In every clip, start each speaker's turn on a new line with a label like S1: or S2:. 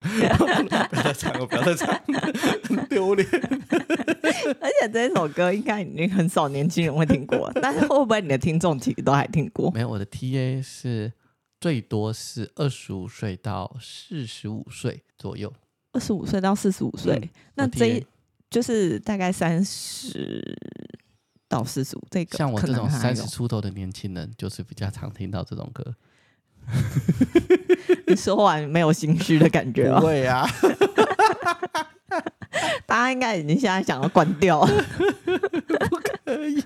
S1: 不要再唱了，不要再唱了，很丢脸。
S2: 而且这首歌应该你很少年轻人会听 过，但是会不会你的听众其实都还听过？
S1: 没有，我的 TA 是最多是二十五岁到四十五岁左右。
S2: 二十五岁到四十五岁，
S1: 嗯
S2: 那
S1: 我
S2: 这
S1: TA
S2: 一就是大概三十到四十五，这个
S1: 像我
S2: 可
S1: 这
S2: 能
S1: 种
S2: 还
S1: 三
S2: 有
S1: 十出头的年轻人，就是比较常听到这种歌。
S2: 你说完没有心虚的感觉哦，
S1: 会啊，
S2: 大家应该已经现在想要关掉了，
S1: 可以，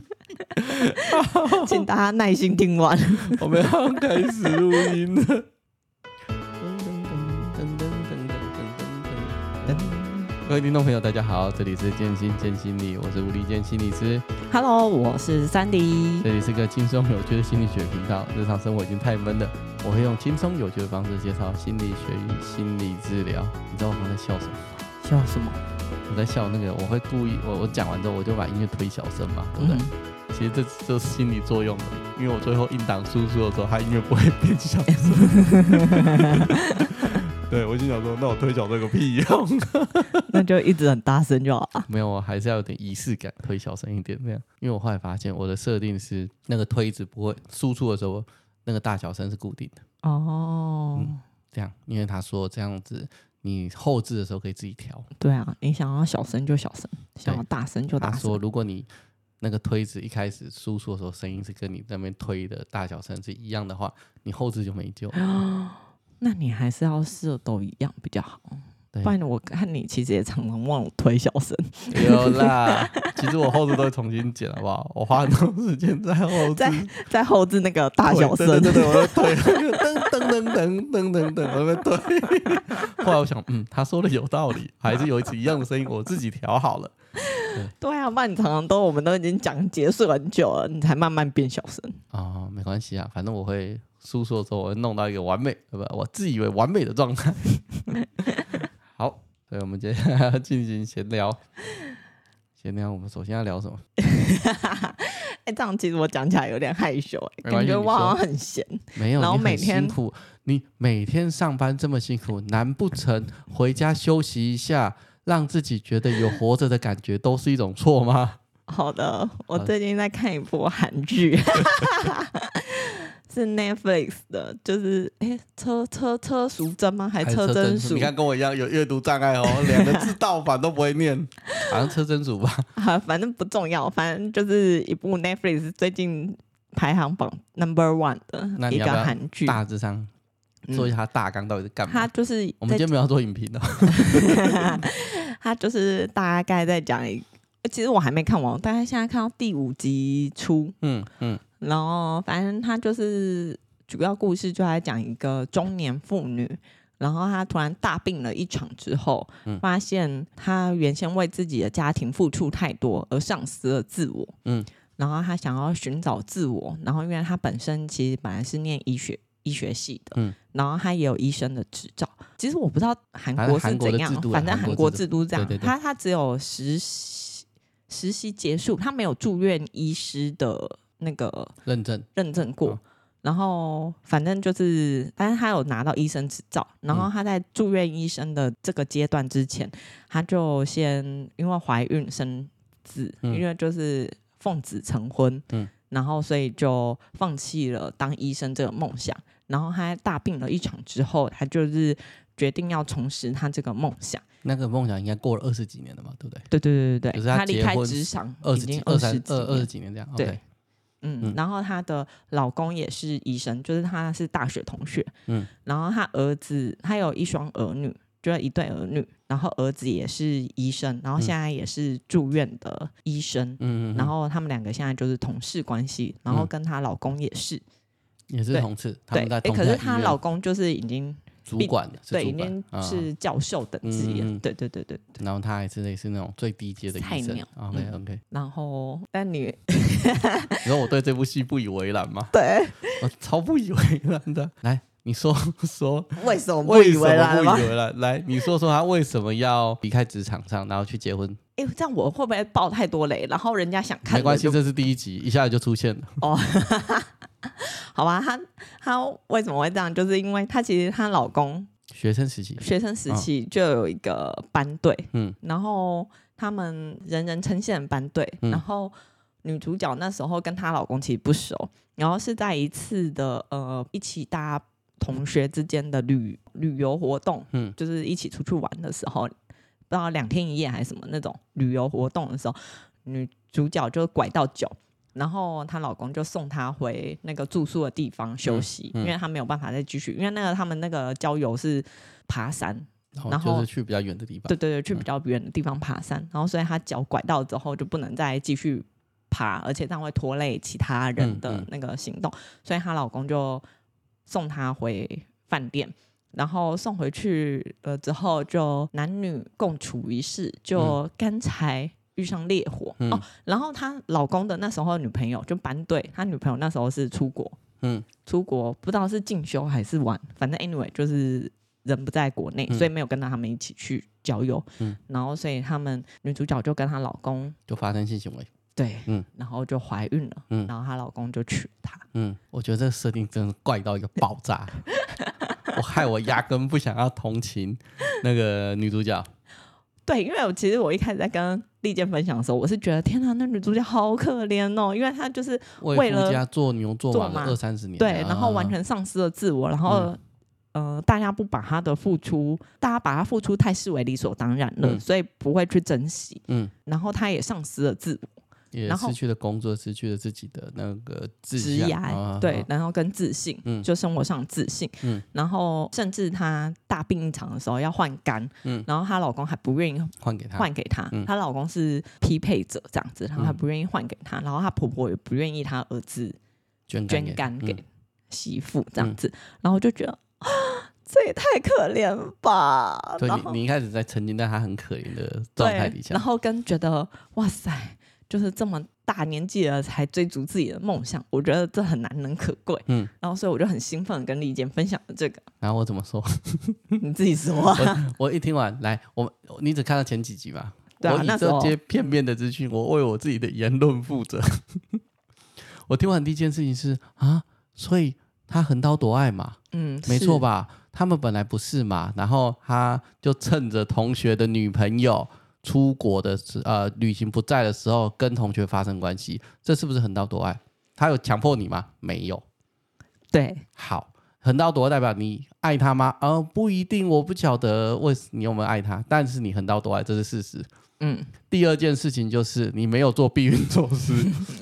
S2: 请大家耐心听完。
S1: 我们要开始录音了。 各位听众朋友，大家好，这里是建心建心理，我是吴立建心理师，
S2: Hello，我是三 D，
S1: 这里是个轻松有趣的心理学频道。日常生活已经太闷了，我会用轻松有趣的方式介绍心理学与心理治疗。你知道我们在笑什么？
S2: 笑什么？
S1: 我在笑那个，我会故意，我我讲完之后我就把音乐推小声嘛，对不对？
S2: 嗯，
S1: 其实这就是心理作用而已，因为我最后硬挡输出的时候，他音乐不会变小声。对，我就想说，那我推小这个屁用？啊
S2: 那就一直很大声就好了。
S1: 没有，我啊还是要有点仪式感，推小声一点那样。因为我后来发现，我的设定是那个推子不会输出的时候，那个大小声是固定的，
S2: 哦，
S1: 嗯这样，因为他说这样子，你后置的时候可以自己调。
S2: 对啊，你想要小声就小声，想要大声就
S1: 他
S2: 大
S1: 说，
S2: 声。
S1: 如果你那个推子一开始输出的时候，声音是跟你那边推的大小声是一样的话，你后置就没救。
S2: 那你还是要试都一样比较好，
S1: 对
S2: 不然我看你其实也常常忘了推小声，
S1: 有啦，其实我后置都会重新剪，好不好？我花很多时间在后置，
S2: 在在后置那个大小声
S1: 对。对对对，我在推，噔噔噔噔噔噔噔，我在推。 后来我想，嗯，他说的有道理，还是有一次一样的声音，我自己调好了。
S2: 对啊，不然你常常都我们都已经讲结束很久了，你才慢慢变小声。
S1: 哦，没关系啊，反正我会输出的时候，我会弄到一个完美，对吧？我自以为完美的状态。 好，所以我们接下来要 进行闲聊。闲聊，我们首先要聊什么？
S2: 哎、这样其实我讲起来有点害羞、
S1: 没关
S2: 哎，感
S1: 系你
S2: 觉我好
S1: 说
S2: 像很闲。
S1: 没有，
S2: 然后
S1: 你很
S2: 每天
S1: 辛苦，你每天上班这么辛苦，难不成回家休息一下，让自己觉得有活着的感觉，都是一种错吗？
S2: 好的，我
S1: 好
S2: 最近在看一部韩剧， 是 Netflix 的，就是哎、车车车淑珍吗？还
S1: 还
S2: 车
S1: 是
S2: 真
S1: 淑
S2: 淑
S1: 你？看跟我一样有阅读障碍哦，两个字倒反都不会念，好像车真主 吧？
S2: 啊，反正不重要，反正就是一部 Netflix 最近排行榜 Number One
S1: 那
S2: 的
S1: 你
S2: 一
S1: 要不
S2: 个
S1: 要
S2: 韩剧。
S1: 大致上说一下它大纲到底是干嘛？
S2: 它就是
S1: 我们
S2: 在
S1: 今天没有要做影评的，
S2: 他就是大概在讲一，呃其实我还没看完，我大概现在看到第五集出，
S1: 嗯嗯，
S2: 然后反正他就是主要故事就在讲一个中年妇女，然后她突然大病了一场之后，
S1: 嗯
S2: 发现她原先为自己的家庭付出太多，而丧失了自我。
S1: 嗯，
S2: 然后她想要寻找自我，然后因为她本身其实本来是念医学。医学系的，
S1: 嗯
S2: 然后她也有医生的执照。其实我不知道韩
S1: 反正
S2: 国
S1: 韩
S2: 是
S1: 国的
S2: 怎样
S1: 制度，啊
S2: 反正
S1: 韩
S2: 韩
S1: 国
S2: 国
S1: 制
S2: 制度是这样
S1: 对对，对
S2: 她她只有实习实习结束，她没有住院医师的那个
S1: 认证
S2: 认证过。
S1: 哦
S2: 然后反正就是，但是他有拿到医生执照。
S1: 嗯
S2: 然后他在住院医生的这个阶段之前，他就先因为怀孕生子，
S1: 嗯
S2: 因为就是奉子成婚，
S1: 嗯
S2: 然后所以就放弃了当医生这个梦想。然后他大病了一场之后，他就是决定要重拾他这个梦想。
S1: 那个梦想应该过了二十几年了嘛，对不对？
S2: 对对对对
S1: 可
S2: 对，
S1: 是他
S2: 离
S1: 结
S2: 开
S1: 婚
S2: 职场
S1: 二
S2: 已
S1: 十几
S2: 经、
S1: 二
S2: 十
S1: 三、
S2: 几
S1: 二二
S2: 年
S1: 十几年这样。
S2: 对
S1: OK，
S2: 嗯
S1: 嗯，
S2: 然后她的老公也是医生，就是她是大学同学，
S1: 嗯
S2: 嗯，然后她儿子，她有一双儿女，就是一对儿女，然后儿子也是医生，然后现在也是住院的医生，
S1: 嗯嗯嗯，嗯
S2: 然后他们两个现在就是同事关系，然后跟她老公也是，
S1: 也是
S2: 对
S1: 同事，他
S2: 对
S1: 们在，
S2: 诶
S1: 同
S2: 可
S1: 一家
S2: 是
S1: 医
S2: 她
S1: 院
S2: 老公就是已经
S1: 主
S2: 毕
S1: 管是
S2: 对
S1: 主
S2: 已
S1: 管
S2: 经
S1: 啊
S2: 是教授等级了，
S1: 嗯嗯嗯
S2: 对对对对，
S1: 然后他还是类似那种最低阶的
S2: 菜
S1: 医生
S2: 鸟。嗯
S1: OK OK，
S2: 然后但你？
S1: 你说我对这部戏不以为然吗
S2: 对
S1: 我超不以为然的。来，你说 说
S2: 为什么不
S1: 为
S2: 以
S1: 什
S2: 为然
S1: 么
S2: 吗
S1: 不以？为然？来，你说说他为什么要离开职场上，然后去结婚？
S2: 哎、这样我会不会爆太多雷？然后人家想看
S1: 没关系，
S2: 我就
S1: 这是第一集，一下就出现了。
S2: 好吧？她她为什么会这样？就是因为她其实她老公
S1: 学生时期，
S2: 学生时期就有一个班队，
S1: 嗯
S2: 然后他们人人称羡班队，
S1: 嗯
S2: 然后女主角那时候跟她老公其实不熟，然后是在一次的呃一起搭同学之间的旅旅游活动，
S1: 嗯
S2: 就是一起出去玩的时候，不知道两天一夜还是什么那种旅游活动的时候，女主角就拐到酒。然后她老公就送她回那个住宿的地方休息，
S1: 嗯嗯
S2: 因为她没有办法再继续，因为那个他们那个郊游是爬山，
S1: 然后
S2: 然
S1: 哦就
S2: 后
S1: 是去比较远的地方，
S2: 对对对，去比较远的地方爬山，然后所以他脚拐到之后就不能再继续爬，而且这样会拖累其他人的
S1: 嗯
S2: 那个行动，所以她老公就送她回饭店，然后送回去了之后就男女共处一室，就干柴。遇上烈火、
S1: 嗯
S2: 哦，然后她老公的那时候女朋友就班队，她女朋友那时候是出国，
S1: 嗯，
S2: 出国不知道是进修还是玩，反正 anyway 就是人不在国内，
S1: 嗯
S2: 所以没有跟到他们一起去郊游。
S1: 嗯
S2: 然后所以他们女主角就跟她老公
S1: 就发生性行为，
S2: 对，
S1: 嗯
S2: 然后就怀孕了，
S1: 嗯
S2: 然后她老公就娶她。
S1: 嗯，我觉得这个设定真的怪到一个爆 炸，我害我压根不想要同情那个女主角，
S2: 对，因为我其实我一开始在跟丽健分享的时候，我是觉得天哪，那女主角好可怜哦，因为她就是
S1: 为
S2: 为
S1: 夫
S2: 了
S1: 家做牛做马
S2: 做马
S1: 二三十年了，
S2: 对，然后完
S1: 啊
S2: 全丧失了自我，然后、
S1: 嗯
S2: 呃，大家不把她的付出，大家把她付出太视为理所当然了，
S1: 嗯
S2: 所以不会去珍惜，
S1: 嗯，
S2: 然后她也丧失了自我。
S1: 也
S2: 然后
S1: 失去了工作，失去了自己的那个志
S2: 职
S1: 向
S2: 涯，
S1: 啊
S2: 对
S1: 啊，
S2: 然后跟自信，
S1: 嗯
S2: 就生活上的自信，
S1: 嗯
S2: 然后甚至她大病一场的时候要换肝，
S1: 嗯
S2: 然后她老公还不愿意
S1: 换给他，
S2: 换给她，
S1: 嗯
S2: 她、老公是匹配者这样子，然后还
S1: 嗯
S2: 不愿意换给她，然后她婆婆也不愿意她儿子
S1: 捐
S2: 捐肝
S1: 肝
S2: 给
S1: 嗯
S2: 媳妇这样子，然后我就觉得、啊这也太可怜了吧，
S1: 所以
S2: 然
S1: 你
S2: 后
S1: 你一开始在沉浸在他很可怜的状态底
S2: 对，
S1: 下
S2: 然，后跟觉得哇塞，就是这么大年纪了才追逐自己的梦想，我觉得这很难能可贵。
S1: 嗯，
S2: 然后所以我就很兴奋地跟丽健分享了这个，
S1: 然后我怎么说？
S2: 你自己说啊、
S1: 我一听完，来，我们你只看到前几集吧？
S2: 对啊
S1: 我以
S2: 那时
S1: 这
S2: 候
S1: 些片面的资讯，我为我自己的言论负责。 我听完第一件事情是啊，所以他横刀夺爱嘛，
S2: 嗯，
S1: 没
S2: 是
S1: 错？吧？他们本来不是嘛，然后他就趁着同学的女朋友出国的时，呃，旅行不在的时候，跟同学发生关系，这是不是横刀夺爱？他有强迫你吗？没有。
S2: 对，
S1: 好，横刀夺爱代表你爱他吗？呃，不一定，我不晓得为你有没有爱他，但是你横刀夺爱，这是事实。
S2: 嗯，
S1: 第二件事情就是你没有做避孕措施，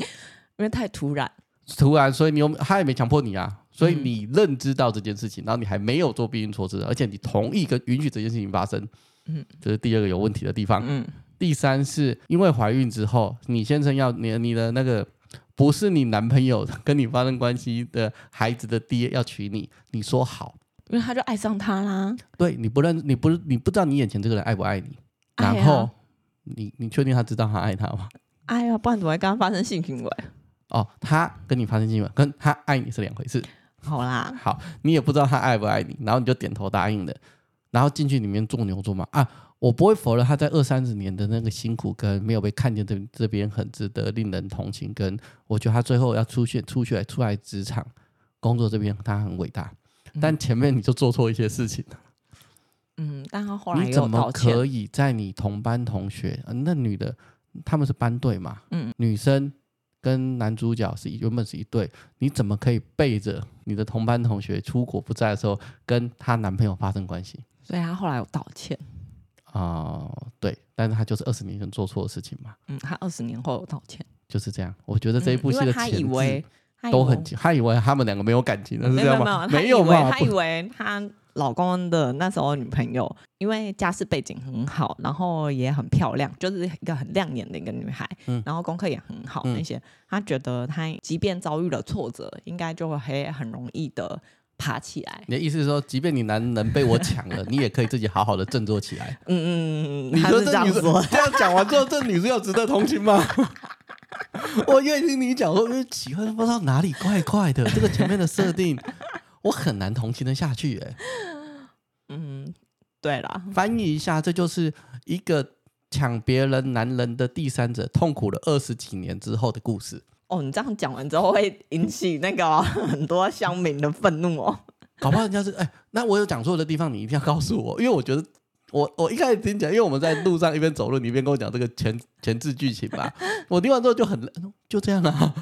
S2: 因为太突然，
S1: 啊突然，所以你有他也没强迫你啊，所以
S2: 嗯
S1: 你认知到这件事情，然后你还没有做避孕措施，而且你同意跟允许这件事情发生，嗯
S2: 嗯，
S1: 这是第二个有问题的地方。
S2: 嗯，
S1: 第三是因为怀孕之后，你先生要你你的那个不是你男朋友跟你发生关系的孩子的爹要娶你，你说好，
S2: 因为他就爱上他啦，
S1: 对，你不认，你不你不知道你眼前这个人爱不爱你，
S2: 爱
S1: 然
S2: 啊
S1: 后、你你确定他知道他爱他吗？
S2: 哎呀，不然怎么会跟他发生性行为？
S1: 哦，他跟你发生性行为，跟他爱你是两回事。
S2: 好啦，
S1: 好，你也不知道他爱不爱你，然后你就点头答应了，然后进去里面做牛做马啊。我不会否认他在二三十年的那个辛苦跟没有被看见这这边很值得令人同情，跟我觉得他最后要出现出去来出来职场工作这边他很伟大，但前面你就做错一些事情。
S2: 嗯，但他后来
S1: 你
S2: 也
S1: 怎
S2: 有
S1: 么
S2: 道歉，
S1: 可以在你同班同学，呃、那女的他们是班队嘛？
S2: 嗯，
S1: 女生跟男主角是一原本是一对，你怎么可以背着你的同班同学出国不在的时候跟她男朋友发生关系？
S2: 所以他后来有道歉，
S1: 哦、对，但是她就是二十年前做错的事情嘛，
S2: 嗯，他二十年后有道歉，
S1: 就是这样。我觉得这一
S2: 嗯
S1: 部戏
S2: 因
S1: 的
S2: 为他
S1: 前
S2: 以
S1: 置
S2: 为他以
S1: 都
S2: 为
S1: 很强，她以为他们两个没有感情，那是
S2: 没
S1: 这
S2: 有
S1: 样
S2: 没有
S1: 吗？
S2: 没
S1: 没
S2: 有，
S1: 有
S2: 他以为
S1: 嘛？
S2: 他
S1: 不
S2: 以为她老公的那时候女朋友，因为家世背景很好，然后也很漂亮，就是一个很亮眼的一个女孩，
S1: 嗯
S2: 然后功课也很好，
S1: 嗯
S2: 那些她觉得她即便遭遇了挫折，应该就会很容易的爬起来。
S1: 你的意思是说，即便你男人被我抢了，你也可以自己好好的振作起来？
S2: 嗯嗯嗯，
S1: 你
S2: 她
S1: 说
S2: 是
S1: 这
S2: 这样
S1: 女
S2: 说
S1: 生， 这样讲完之后，这女生有值得同情 吗？我越听你讲，我越奇怪，不知道哪里怪怪的。这个前面的设定，我很难同情的下去、欸。
S2: 嗯，对啦，
S1: 翻译一下，这就是一个抢别人男人的第三者，痛苦了二十几年之后的故事。
S2: 哦，你这样讲完之后会引起那个哦、很多乡民的愤怒哦。
S1: 搞不好人家是哎、那我有讲错的地方，你一定要告诉我，因为我觉得我我一开始听起来，因为我们在路上一边走路，你一边跟我讲这个前前置剧情吧，我听完之后就很嗯就这样啊。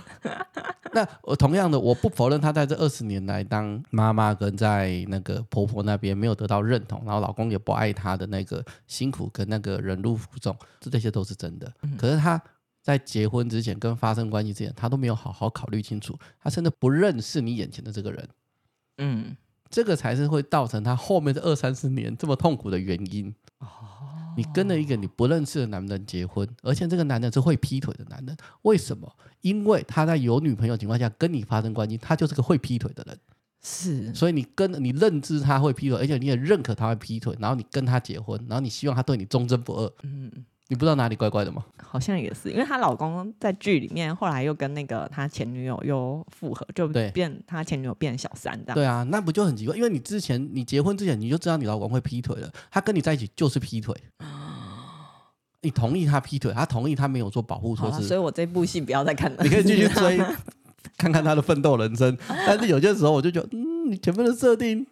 S1: 那我同样的，我不否认她在这二十年来当妈妈跟在那个婆婆那边没有得到认同，然后老公也不爱她的那个辛苦跟那个忍辱负重，这这些都是真的。可是她在结婚之前跟发生关系之前，她都没有好好考虑清楚，她甚至不认识你眼前的这个人。
S2: 嗯，
S1: 这个才是会造成他后面这二三十年这么痛苦的原因。你跟了一个你不认识的男人结婚，而且这个男人是会劈腿的男人，为什么？因为他在有女朋友的情况下跟你发生关系，他就是个会劈腿的人。
S2: 是
S1: 所以你跟你认知他会劈腿，而且你也认可他会劈腿，然后你跟他结婚，然后你希望他对你忠贞不二。
S2: 嗯，
S1: 你不知道哪里怪怪的吗？
S2: 好像也是，因为她老公在剧里面后来又跟那个她前女友又复合，就
S1: 对
S2: 变她前女友变小三这样。
S1: 对啊，那不就很奇怪？因为你之前你结婚之前你就知道你老公会劈腿了，他跟你在一起就是劈腿。
S2: 哦
S1: 你同意他劈腿，他同意他没有做保护
S2: 好
S1: 措
S2: 了，
S1: 施
S2: 所，以我这部戏不要再看了。
S1: 你可以继 续追，看看他的奋斗人生。但是有些时候我就觉得，嗯，你前面的设定，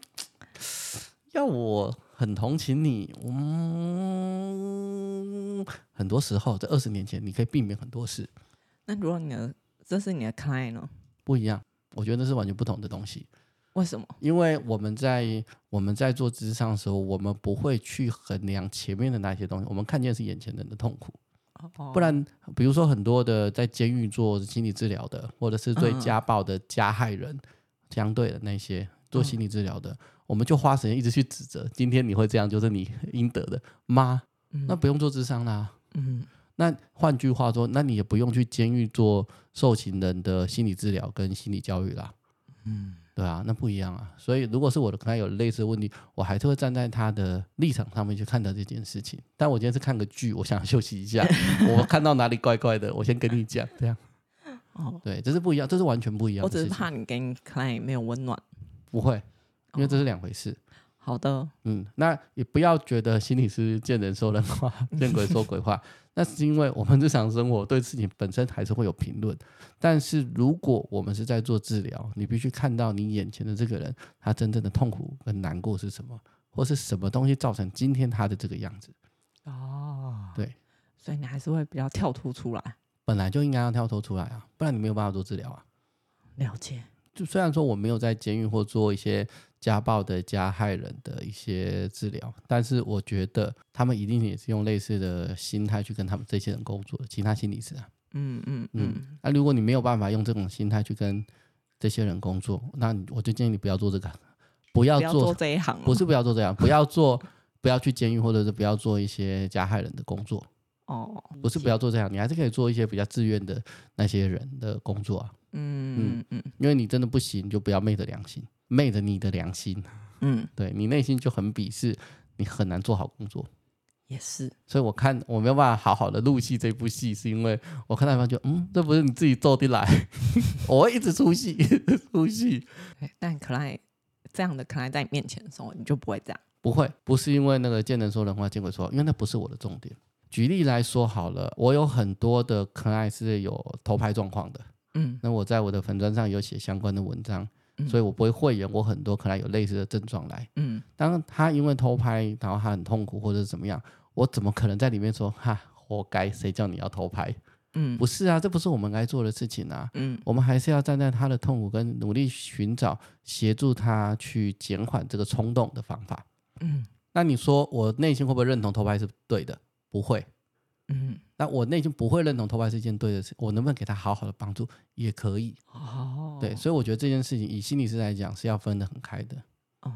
S1: 要我很同情你，嗯，很多时候在二十年前你可以避免很多事，
S2: 那如果你的这是你的 client 呢？
S1: 不一样。我觉得那是完全不同的东西。
S2: 为什么？
S1: 因为我们在我们在做智商的时候，我们不会去衡量前面的那些东西，我们看见的是眼前人的痛苦。
S2: 哦
S1: 不然，比如说很多的在监狱做心理治疗的，或者是对
S2: 嗯
S1: 家暴的加害人、相对的那些做
S2: 嗯
S1: 心理治疗的，我们就花时间一直去指责，今天你会这样就是你应得的妈，
S2: 嗯
S1: 那不用做智商啦、
S2: 嗯
S1: 那换句话说，那你也不用去监狱做受刑人的心理治疗跟心理教育啦。
S2: 嗯，
S1: 对啊，那不一样啊。所以如果是我的可能有类似的问题，我还是会站在他的立场上面去看待这件事情。但我今天是看个剧，我想休息一 下，我看到哪里怪怪的，我先跟你讲，这样
S2: 哦，
S1: 对，这是不一样，这是完全不一样
S2: 我
S1: 的
S2: 只
S1: 事
S2: 是
S1: 情。
S2: 怕你跟 client 没有温暖。
S1: 不会，因为
S2: 哦
S1: 这是两回事。
S2: 好的，
S1: 嗯，那也不要觉得心理师见人说人话，见鬼说鬼话。那是因为我们日常生活对事情本身还是会有评论，但是如果我们是在做治疗，你必须看到你眼前的这个人，他真正的痛苦跟难过是什么，或是什么东西造成今天他的这个样子。
S2: 哦，
S1: 对，
S2: 所以你还是会比较跳脱出来。
S1: 本来就应该要跳脱出来啊，不然你没有办法做治疗啊。
S2: 了解，
S1: 就虽然说我没有在监狱或做一些家暴的加害人的一些治疗，但是我觉得他们一定也是用类似的心态去跟他们这些人工作，其他心理师啊，
S2: 嗯嗯嗯，
S1: 嗯，那、如果你没有办法用这种心态去跟这些人工作，那你我就建议你不要做这个，不要
S2: 不要
S1: 做，
S2: 做这一行了，
S1: 不是不要做这样，不要做，不要去监狱，或者是不要做一些加害人的工作，
S2: 哦，
S1: 不是不
S2: 要，
S1: 要做这样，你还是可以做一些比较自愿的那些人的工作啊，
S2: 嗯嗯嗯
S1: 因为你真的不行，你就不要昧着良心，昧着你的良心。
S2: 嗯，
S1: 对你内心就很鄙视，你很难做好工作。
S2: 也是，
S1: 所以我看我没有办法好好的入戏这部戏，是因为我看到一半就嗯，这不是你自己做的来， 我会一直出戏，一直出戏。
S2: 对但 client 这样的 client 在你面前的时候，你就不会这样。
S1: 不会，不是因为那个见人说人话，见鬼说话，因为那不是我的重点。举例来说好了，我有很多的可爱是有偷拍状况的，
S2: 嗯
S1: 那我在我的粉砖上有写相关的文章，
S2: 嗯
S1: 所以我不会讳言我很多可爱有类似的症状来。
S2: 嗯，
S1: 当他因为偷拍，然后他很痛苦或者是怎么样，我怎么可能在里面说哈，活该，谁叫你要偷拍？
S2: 嗯
S1: 不是啊，这不是我们该做的事情啊。
S2: 嗯
S1: 我们还是要站在他的痛苦跟努力寻找协助他去减缓这个冲动的方法。
S2: 嗯
S1: 那你说我内心会不会认同偷拍是对的？不会。
S2: 嗯，
S1: 那我内心不会认同偷拍是一件对的事，我能不能给他好好的帮助也可以。
S2: 哦，
S1: 对，所以我觉得这件事情以心理师来讲是要分得很开的。
S2: 哦，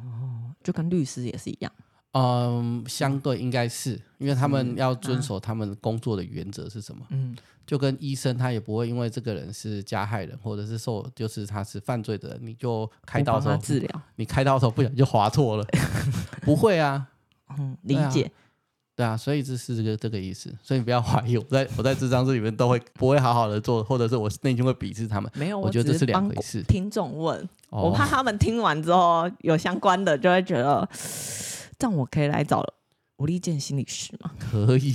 S2: 就跟律师也是一样。
S1: 嗯，相对应该是，因为他们
S2: 是
S1: 要遵
S2: 啊
S1: 守他们工作的原则是什么？
S2: 嗯
S1: 就跟医生，他也不会因为这个人是加害人，或者是受就是他是犯罪的人，你就开
S2: 我
S1: 刀的时
S2: 帮他
S1: 候，
S2: 治疗，
S1: 你开刀的时候不小心就划错 了，不会啊，
S2: 嗯，理
S1: 对啊
S2: 解，
S1: 对啊，所以这是这个这个意思，所以你不要怀疑，我在我 在智商室里面都会不会好好的做，或者是我内心会鄙视他们，
S2: 没有，
S1: 我觉得
S2: 只
S1: 这是两
S2: 帮
S1: 回事。
S2: 听众问，
S1: 哦
S2: 我怕他们听完之后有相关的，就会觉得，这样我可以来找吴立健心理师吗？
S1: 哦可以，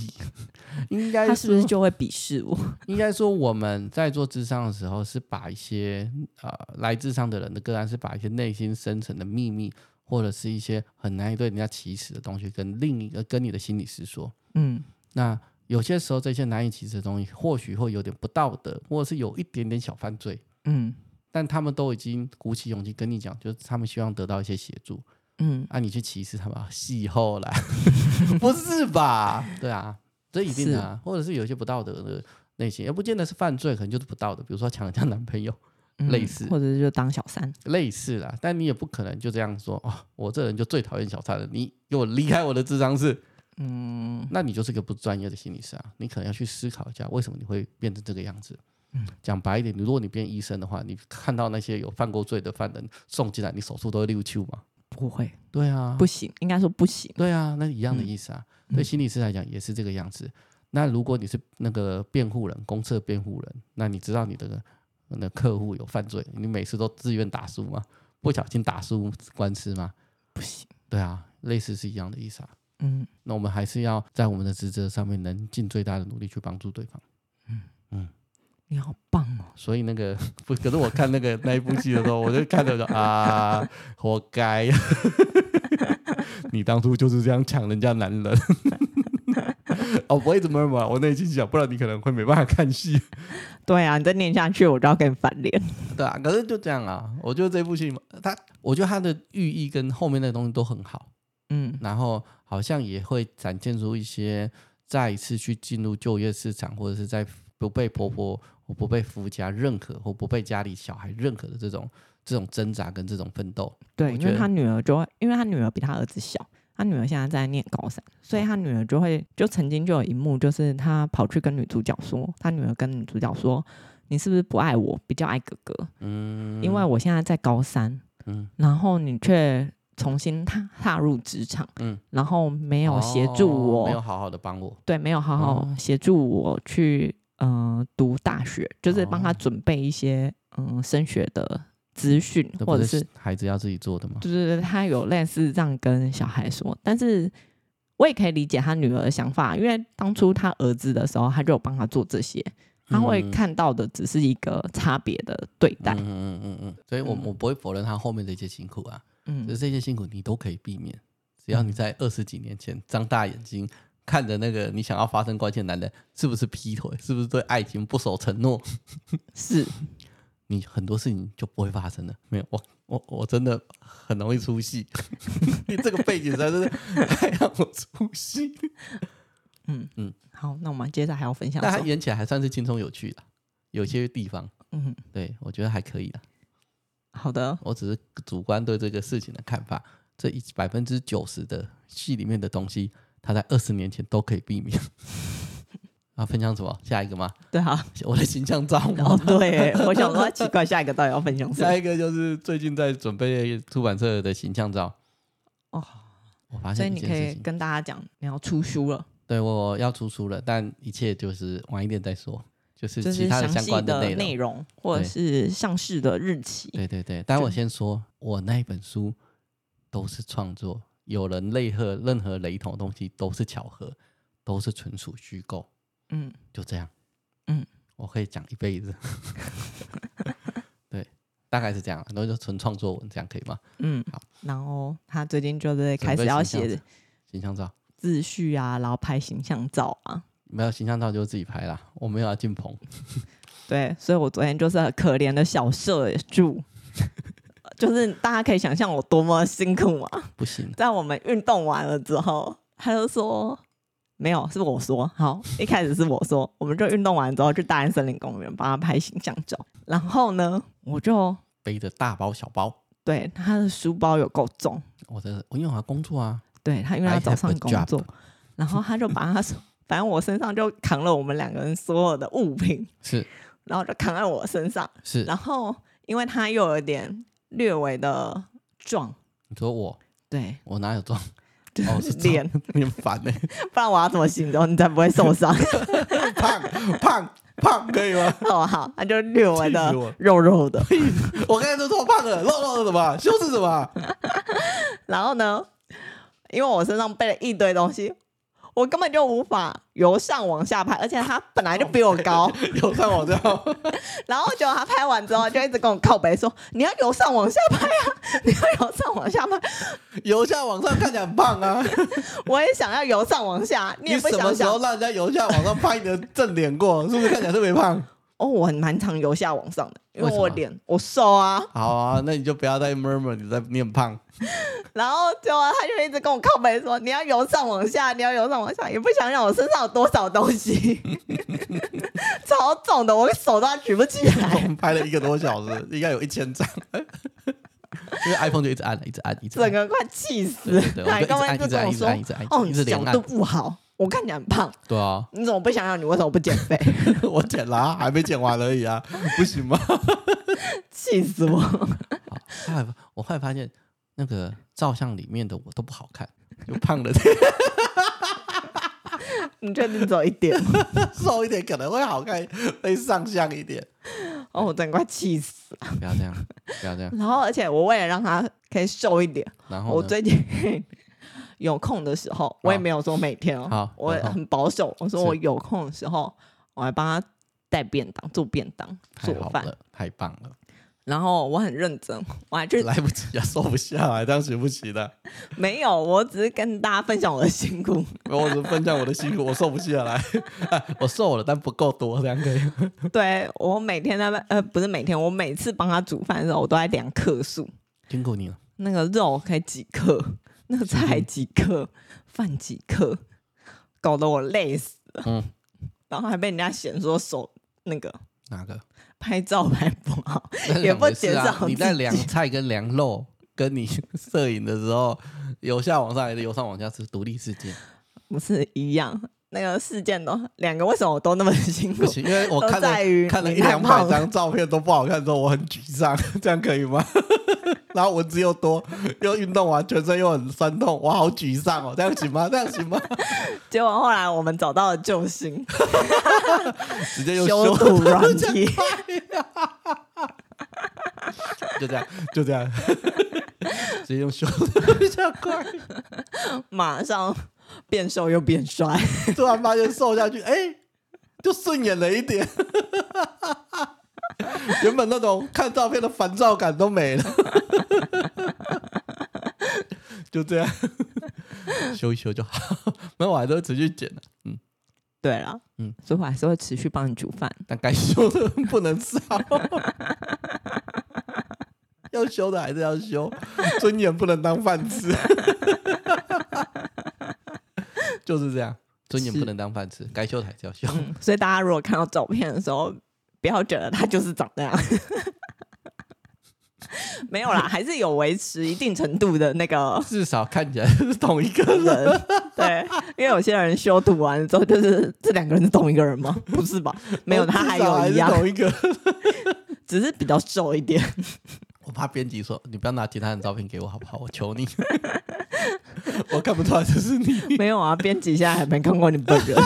S1: 应该
S2: 他是不是
S1: 说
S2: 就会鄙视我？
S1: 应该说我们在做智商的时候，是把一些呃来智商的人的个案，是把一些内心深层的秘密，或者是一些很难以对人家启齿的东西，跟另一个跟你的心理师说。
S2: 嗯，
S1: 那有些时候，这些难以启齿的东西，或许会有点不道德，或者是有一点点小犯罪，
S2: 嗯
S1: 但他们都已经鼓起勇气跟你讲，就是他们希望得到一些协助。
S2: 嗯，
S1: 啊，你去歧视他们，戏后啦， 不是吧？对啊，这一定的、啊，或者是有一些不道德的类型，也不见得是犯罪，可能就是不道德，比如说抢人家男朋友，
S2: 嗯
S1: 类似
S2: 或者是就当小三。
S1: 类似啦。但你也不可能就这样说哦，我这人就最讨厌小三了，你给我离开我的智商室，
S2: 嗯
S1: 那你就是个不专业的心理师啊。你可能要去思考一下，为什么你会变成这个样子。讲白一点，如果你变医生的话，你看到那些有犯过罪的犯人送进来，你手术都会溜秋嘛？
S2: 不会，
S1: 对啊，
S2: 不行，应该说不行。
S1: 对啊，那一样的
S2: 嗯
S1: 意思啊。
S2: 嗯
S1: 对心理师来讲也是这个样子。那如果你是那个辩护人，公厕辩护人，那你知道你的那客户有犯罪，你每次都自愿打输吗？不小心打输官司吗？
S2: 不行。
S1: 对啊，类似是一样的意思啊。
S2: 嗯，
S1: 那我们还是要在我们的职责上面，能尽最大的努力去帮助对方。
S2: 你好棒哦。
S1: 所以那个 不，可是我看那个那一部戏的时候，我就看着说 啊，活该， 你当初就是这样抢人家男人。 哦，不会怎么嘛，我内心想，不然你可能会没办法看戏。
S2: 对啊，你再念下去，我就要跟你翻脸。
S1: 对啊，可是就这样啊，我觉得这部戏嘛，它我觉得它的寓意跟后面那个东西都很好，
S2: 嗯
S1: 然后好像也会展现出一些再一次去进入就业市场，或者是在不被婆婆或不被夫家认可，或不被家里小孩认可的这种这种挣扎跟这种奋斗。
S2: 对，
S1: 我
S2: 因
S1: 觉
S2: 为
S1: 得
S2: 他女儿就会，因为他女儿比他儿子小，他女儿现在在念高三，所以他女儿就会，就曾经就有一幕，就是他跑去跟女主角说，他女儿跟女主角说，你是不是不爱我，比较爱哥哥？
S1: 嗯，
S2: 因为我现在在高三，
S1: 嗯
S2: 然后你却重新踏踏入职场，
S1: 嗯
S2: 然后没有协助
S1: 哦
S2: 我，
S1: 没有好好的帮我。
S2: 对，没有好好
S1: 哦
S2: 协助我去嗯、呃读大学，就是帮他
S1: 哦
S2: 准备一些嗯、升学的资讯，
S1: 这不
S2: 或者是
S1: 孩子要自己做的吗？
S2: 就是他有类似这样跟小孩说，但是我也可以理解他女儿的想法，因为当初他儿子的时候，他就有帮他做这些，他会
S1: 嗯
S2: 看到的只是一个差别的对待
S1: 嗯，嗯嗯嗯，所以我
S2: 嗯
S1: 我不会否认他后面的一些辛苦啊，
S2: 嗯
S1: 只是这些辛苦你都可以避免，只要你在二十几年前张大眼睛看着那个你想要发生关系的男人是不是劈腿，是不是对爱情不守承诺，
S2: 是，
S1: 你很多事情就不会发生了。没有，我我我真的很容易出戏， 你这个背景实在是太让我出戏。
S2: 嗯嗯
S1: 嗯。
S2: 好，那我们接着还要分享
S1: 但
S2: 什
S1: 它
S2: 么？
S1: 演起来还算是轻松有趣的，有些地方
S2: 嗯，
S1: 对我觉得还可以的。
S2: 好的，
S1: 我只是主观对这个事情的看法。这一百分之九十的戏里面的东西，它在二十年前都可以避免。 啊，分享什么？下一个吗？
S2: 对啊，
S1: 我的形象照
S2: 哦
S1: 吗？
S2: 对耶，我想说奇怪，下一个到底要分享 什
S1: 下
S2: 么？
S1: 一个就是最近在准备出版社的形象照。
S2: 哦，
S1: 我发
S2: 所以
S1: 现一
S2: 你
S1: 件
S2: 可
S1: 事
S2: 以
S1: 情，
S2: 跟大家讲，你要出书了，
S1: 对我要出书了，但一切就是晚一点再说，就是
S2: 就
S1: 其
S2: 是
S1: 他的
S2: 详
S1: 相
S2: 细
S1: 关的内
S2: 的
S1: 容。
S2: 内容或者
S1: 对
S2: 是上市的日期。
S1: 对对对，但我先说，我那一本书都是创作，有人类和任何雷同的东西都是巧合，都是纯属虚构，
S2: 嗯
S1: 就这样。
S2: 嗯，
S1: 我可以讲一辈子。 对，大概是这样，啊然后就纯创作文，这样可以吗？
S2: 嗯
S1: 好，
S2: 然后他最近就是
S1: 准
S2: 开始
S1: 备
S2: 要
S1: 形象
S2: 写
S1: 照形象照，
S2: 自序啊，然后拍形象照啊。
S1: 没有形象照就自己拍啦，我没有要进棚。
S2: 对，所以我昨天就是很可怜的小社助， 就是大家可以想象我多么辛苦啊！
S1: 不行，
S2: 在我们运动完了之后，他就说没有，是我说 好，一开始是我说，我们就运动完之后去大安森林公园帮他拍形象照，然后呢，我就
S1: 背着大包小包，
S2: 对他的书包有够重，
S1: 我的我因为我要工作啊，
S2: 对他因为
S1: I
S2: 他早
S1: have
S2: 上
S1: a
S2: 工
S1: job
S2: 作，然后他就把他说，反正我身上就扛了我们两个人所有的物品，
S1: 是
S2: 然后就扛在我身上，
S1: 是，
S2: 然后因为他又有点略微的壮，
S1: 你说我
S2: 对，
S1: 我哪有 装？
S2: 就
S1: 哦，是
S2: 是
S1: 装
S2: 脸，，
S1: 你很烦欸呢、
S2: 不然我要怎么形容你才不会受伤？
S1: 胖胖胖可以吗？
S2: 哦，好，他就略微
S1: 气
S2: 的
S1: 死我
S2: 肉肉 的，
S1: 我刚才都说胖了，肉肉的什么？修饰什么？
S2: 然后呢，因为我身上背了一堆东西，我根本就无法由上往下拍，而且他本来就比我高，
S1: 有上 网站，
S2: 然后结果他拍完之后就一直跟我靠背说：“你要由上往下拍啊， 你要由上往下拍。
S1: 游下往上看起来很棒啊！”
S2: 我也想要由上往下， 你也
S1: 你
S2: 不
S1: 什么
S2: 想
S1: 时
S2: 想
S1: 候让人家游下往上拍你的正脸过？是不是看起来特别胖？
S2: 哦，我很蛮常由下往上的，因
S1: 为
S2: 为
S1: 什
S2: 我
S1: 么
S2: 脸我瘦啊。
S1: 好啊，那你就不要再 murmur 你在你很胖。
S2: 然后结果他就一直跟我靠背说：“你要由上往下，你要由上往下。”也不想想我身上有多少东 西，超重的，我手都要举不起
S1: 我
S2: 来，
S1: 们拍了一个多小 时，应该有一千张。因为 iPhone 就一直按，一直按，一直
S2: 整
S1: 按。
S2: 个快气死
S1: 对。
S2: 哎
S1: 对对，
S2: 他还跟
S1: 我
S2: 我
S1: 就一直
S2: 跟
S1: 按，
S2: 我
S1: 一直
S2: 说
S1: 按，一直按，：“
S2: 哦，
S1: 一
S2: 你
S1: 直连
S2: 角
S1: 按
S2: 度。不好，我看你很胖，
S1: 对啊，
S2: 你怎么不想想你为什么不减肥？
S1: 我剪了啊，还没剪完而已啊，不行吗？
S2: 气死我！
S1: 后来 我后来发现，那个照相里面的我都不好看，就胖的
S2: 你确定只有一点吗？
S1: 瘦一点可能会好看，会上相一点。
S2: 哦，我真的快气死。
S1: 不要这样，不要这样。
S2: 然后，而且我为了让他可以瘦一点，
S1: 然
S2: 我
S1: 后呢？
S2: 最近 有空的时候，我也没有说每天哦
S1: 好，
S2: 我
S1: 有空
S2: 很保守。我说
S1: 是
S2: 我有空的时候，我还帮他带便当、做便当、
S1: 太
S2: 做
S1: 好
S2: 饭。
S1: 了，太棒了，
S2: 然后我很认真， 我还去
S1: 来不及啊，瘦不下来，当时不行啊的。
S2: 没有，我只是跟大家分享我的 辛苦。
S1: 我只分享我的辛苦，我瘦不下来， 哎我瘦了，但不够多，这样可以吗。
S2: 对我每天在那呃不是每天，我每次帮他煮饭的时候，我都在量克数，
S1: 辛苦你了，
S2: 那个肉可以几克， 那个菜几克，饭几克，搞得我累死了。
S1: 嗯
S2: 然后还被人家嫌说手那个
S1: 哪个？
S2: 拍照拍不好。
S1: 那
S2: 也
S1: 两
S2: 不
S1: 回事
S2: 减
S1: 啊
S2: 少
S1: 你
S2: 自
S1: 在
S2: 己
S1: 量菜跟量肉，跟你摄影的时候，由下往上还是由上往下是独立事件。
S2: 不是一样，那个事件都两个，为什么我都那么辛苦
S1: 不？行，因为我
S2: 都
S1: 看
S2: 在于
S1: 了看了
S2: 你
S1: 一
S2: 太
S1: 两百
S2: 胖了
S1: 张照片都不好看之后，我很沮丧，这样可以吗？ 然后蚊子又多，又运动完全身又很酸痛，我好沮丧哦，这样行吗？这样行吗？
S2: 结果后来我们找到了救星，
S1: 直接又
S2: 修
S1: 修
S2: 图软
S1: 这样
S2: 体
S1: 就这样，就这样， 直接用修的 比较快。
S2: 马上变瘦又变帅。
S1: 突然发现瘦下去，哎、就顺眼了一点。原本那种看照片的烦躁感都没了，就这样修一修就好。没有，我还都会持续剪的，
S2: 对了，
S1: 嗯
S2: 嗯，所以我还是会持续帮你煮饭。
S1: 但该修的不能少，要修的还是要修，尊严不能当饭吃，就是这样，尊严
S2: 是
S1: 不能当饭吃，该修的还是要修。
S2: 嗯，所以大家如果看到照片的时候，不要觉得他就是长那样。 没有啦，还是有维持一定程度的那个
S1: 至少看起来是同一个人。
S2: 人，对，因为有些人修图完之后，就是这两个人是同一 个人吗？不是吧？ 没有，
S1: 我
S2: 他
S1: 至
S2: 还
S1: 少
S2: 有
S1: 还
S2: 一
S1: 是
S2: 样，
S1: 同一个。
S2: 只是比较瘦一点。
S1: 我怕编辑说你不要拿其他人照片给我好不好？我求你， 我看不出来这是你。
S2: 没有啊，编辑现在还没看过你本人，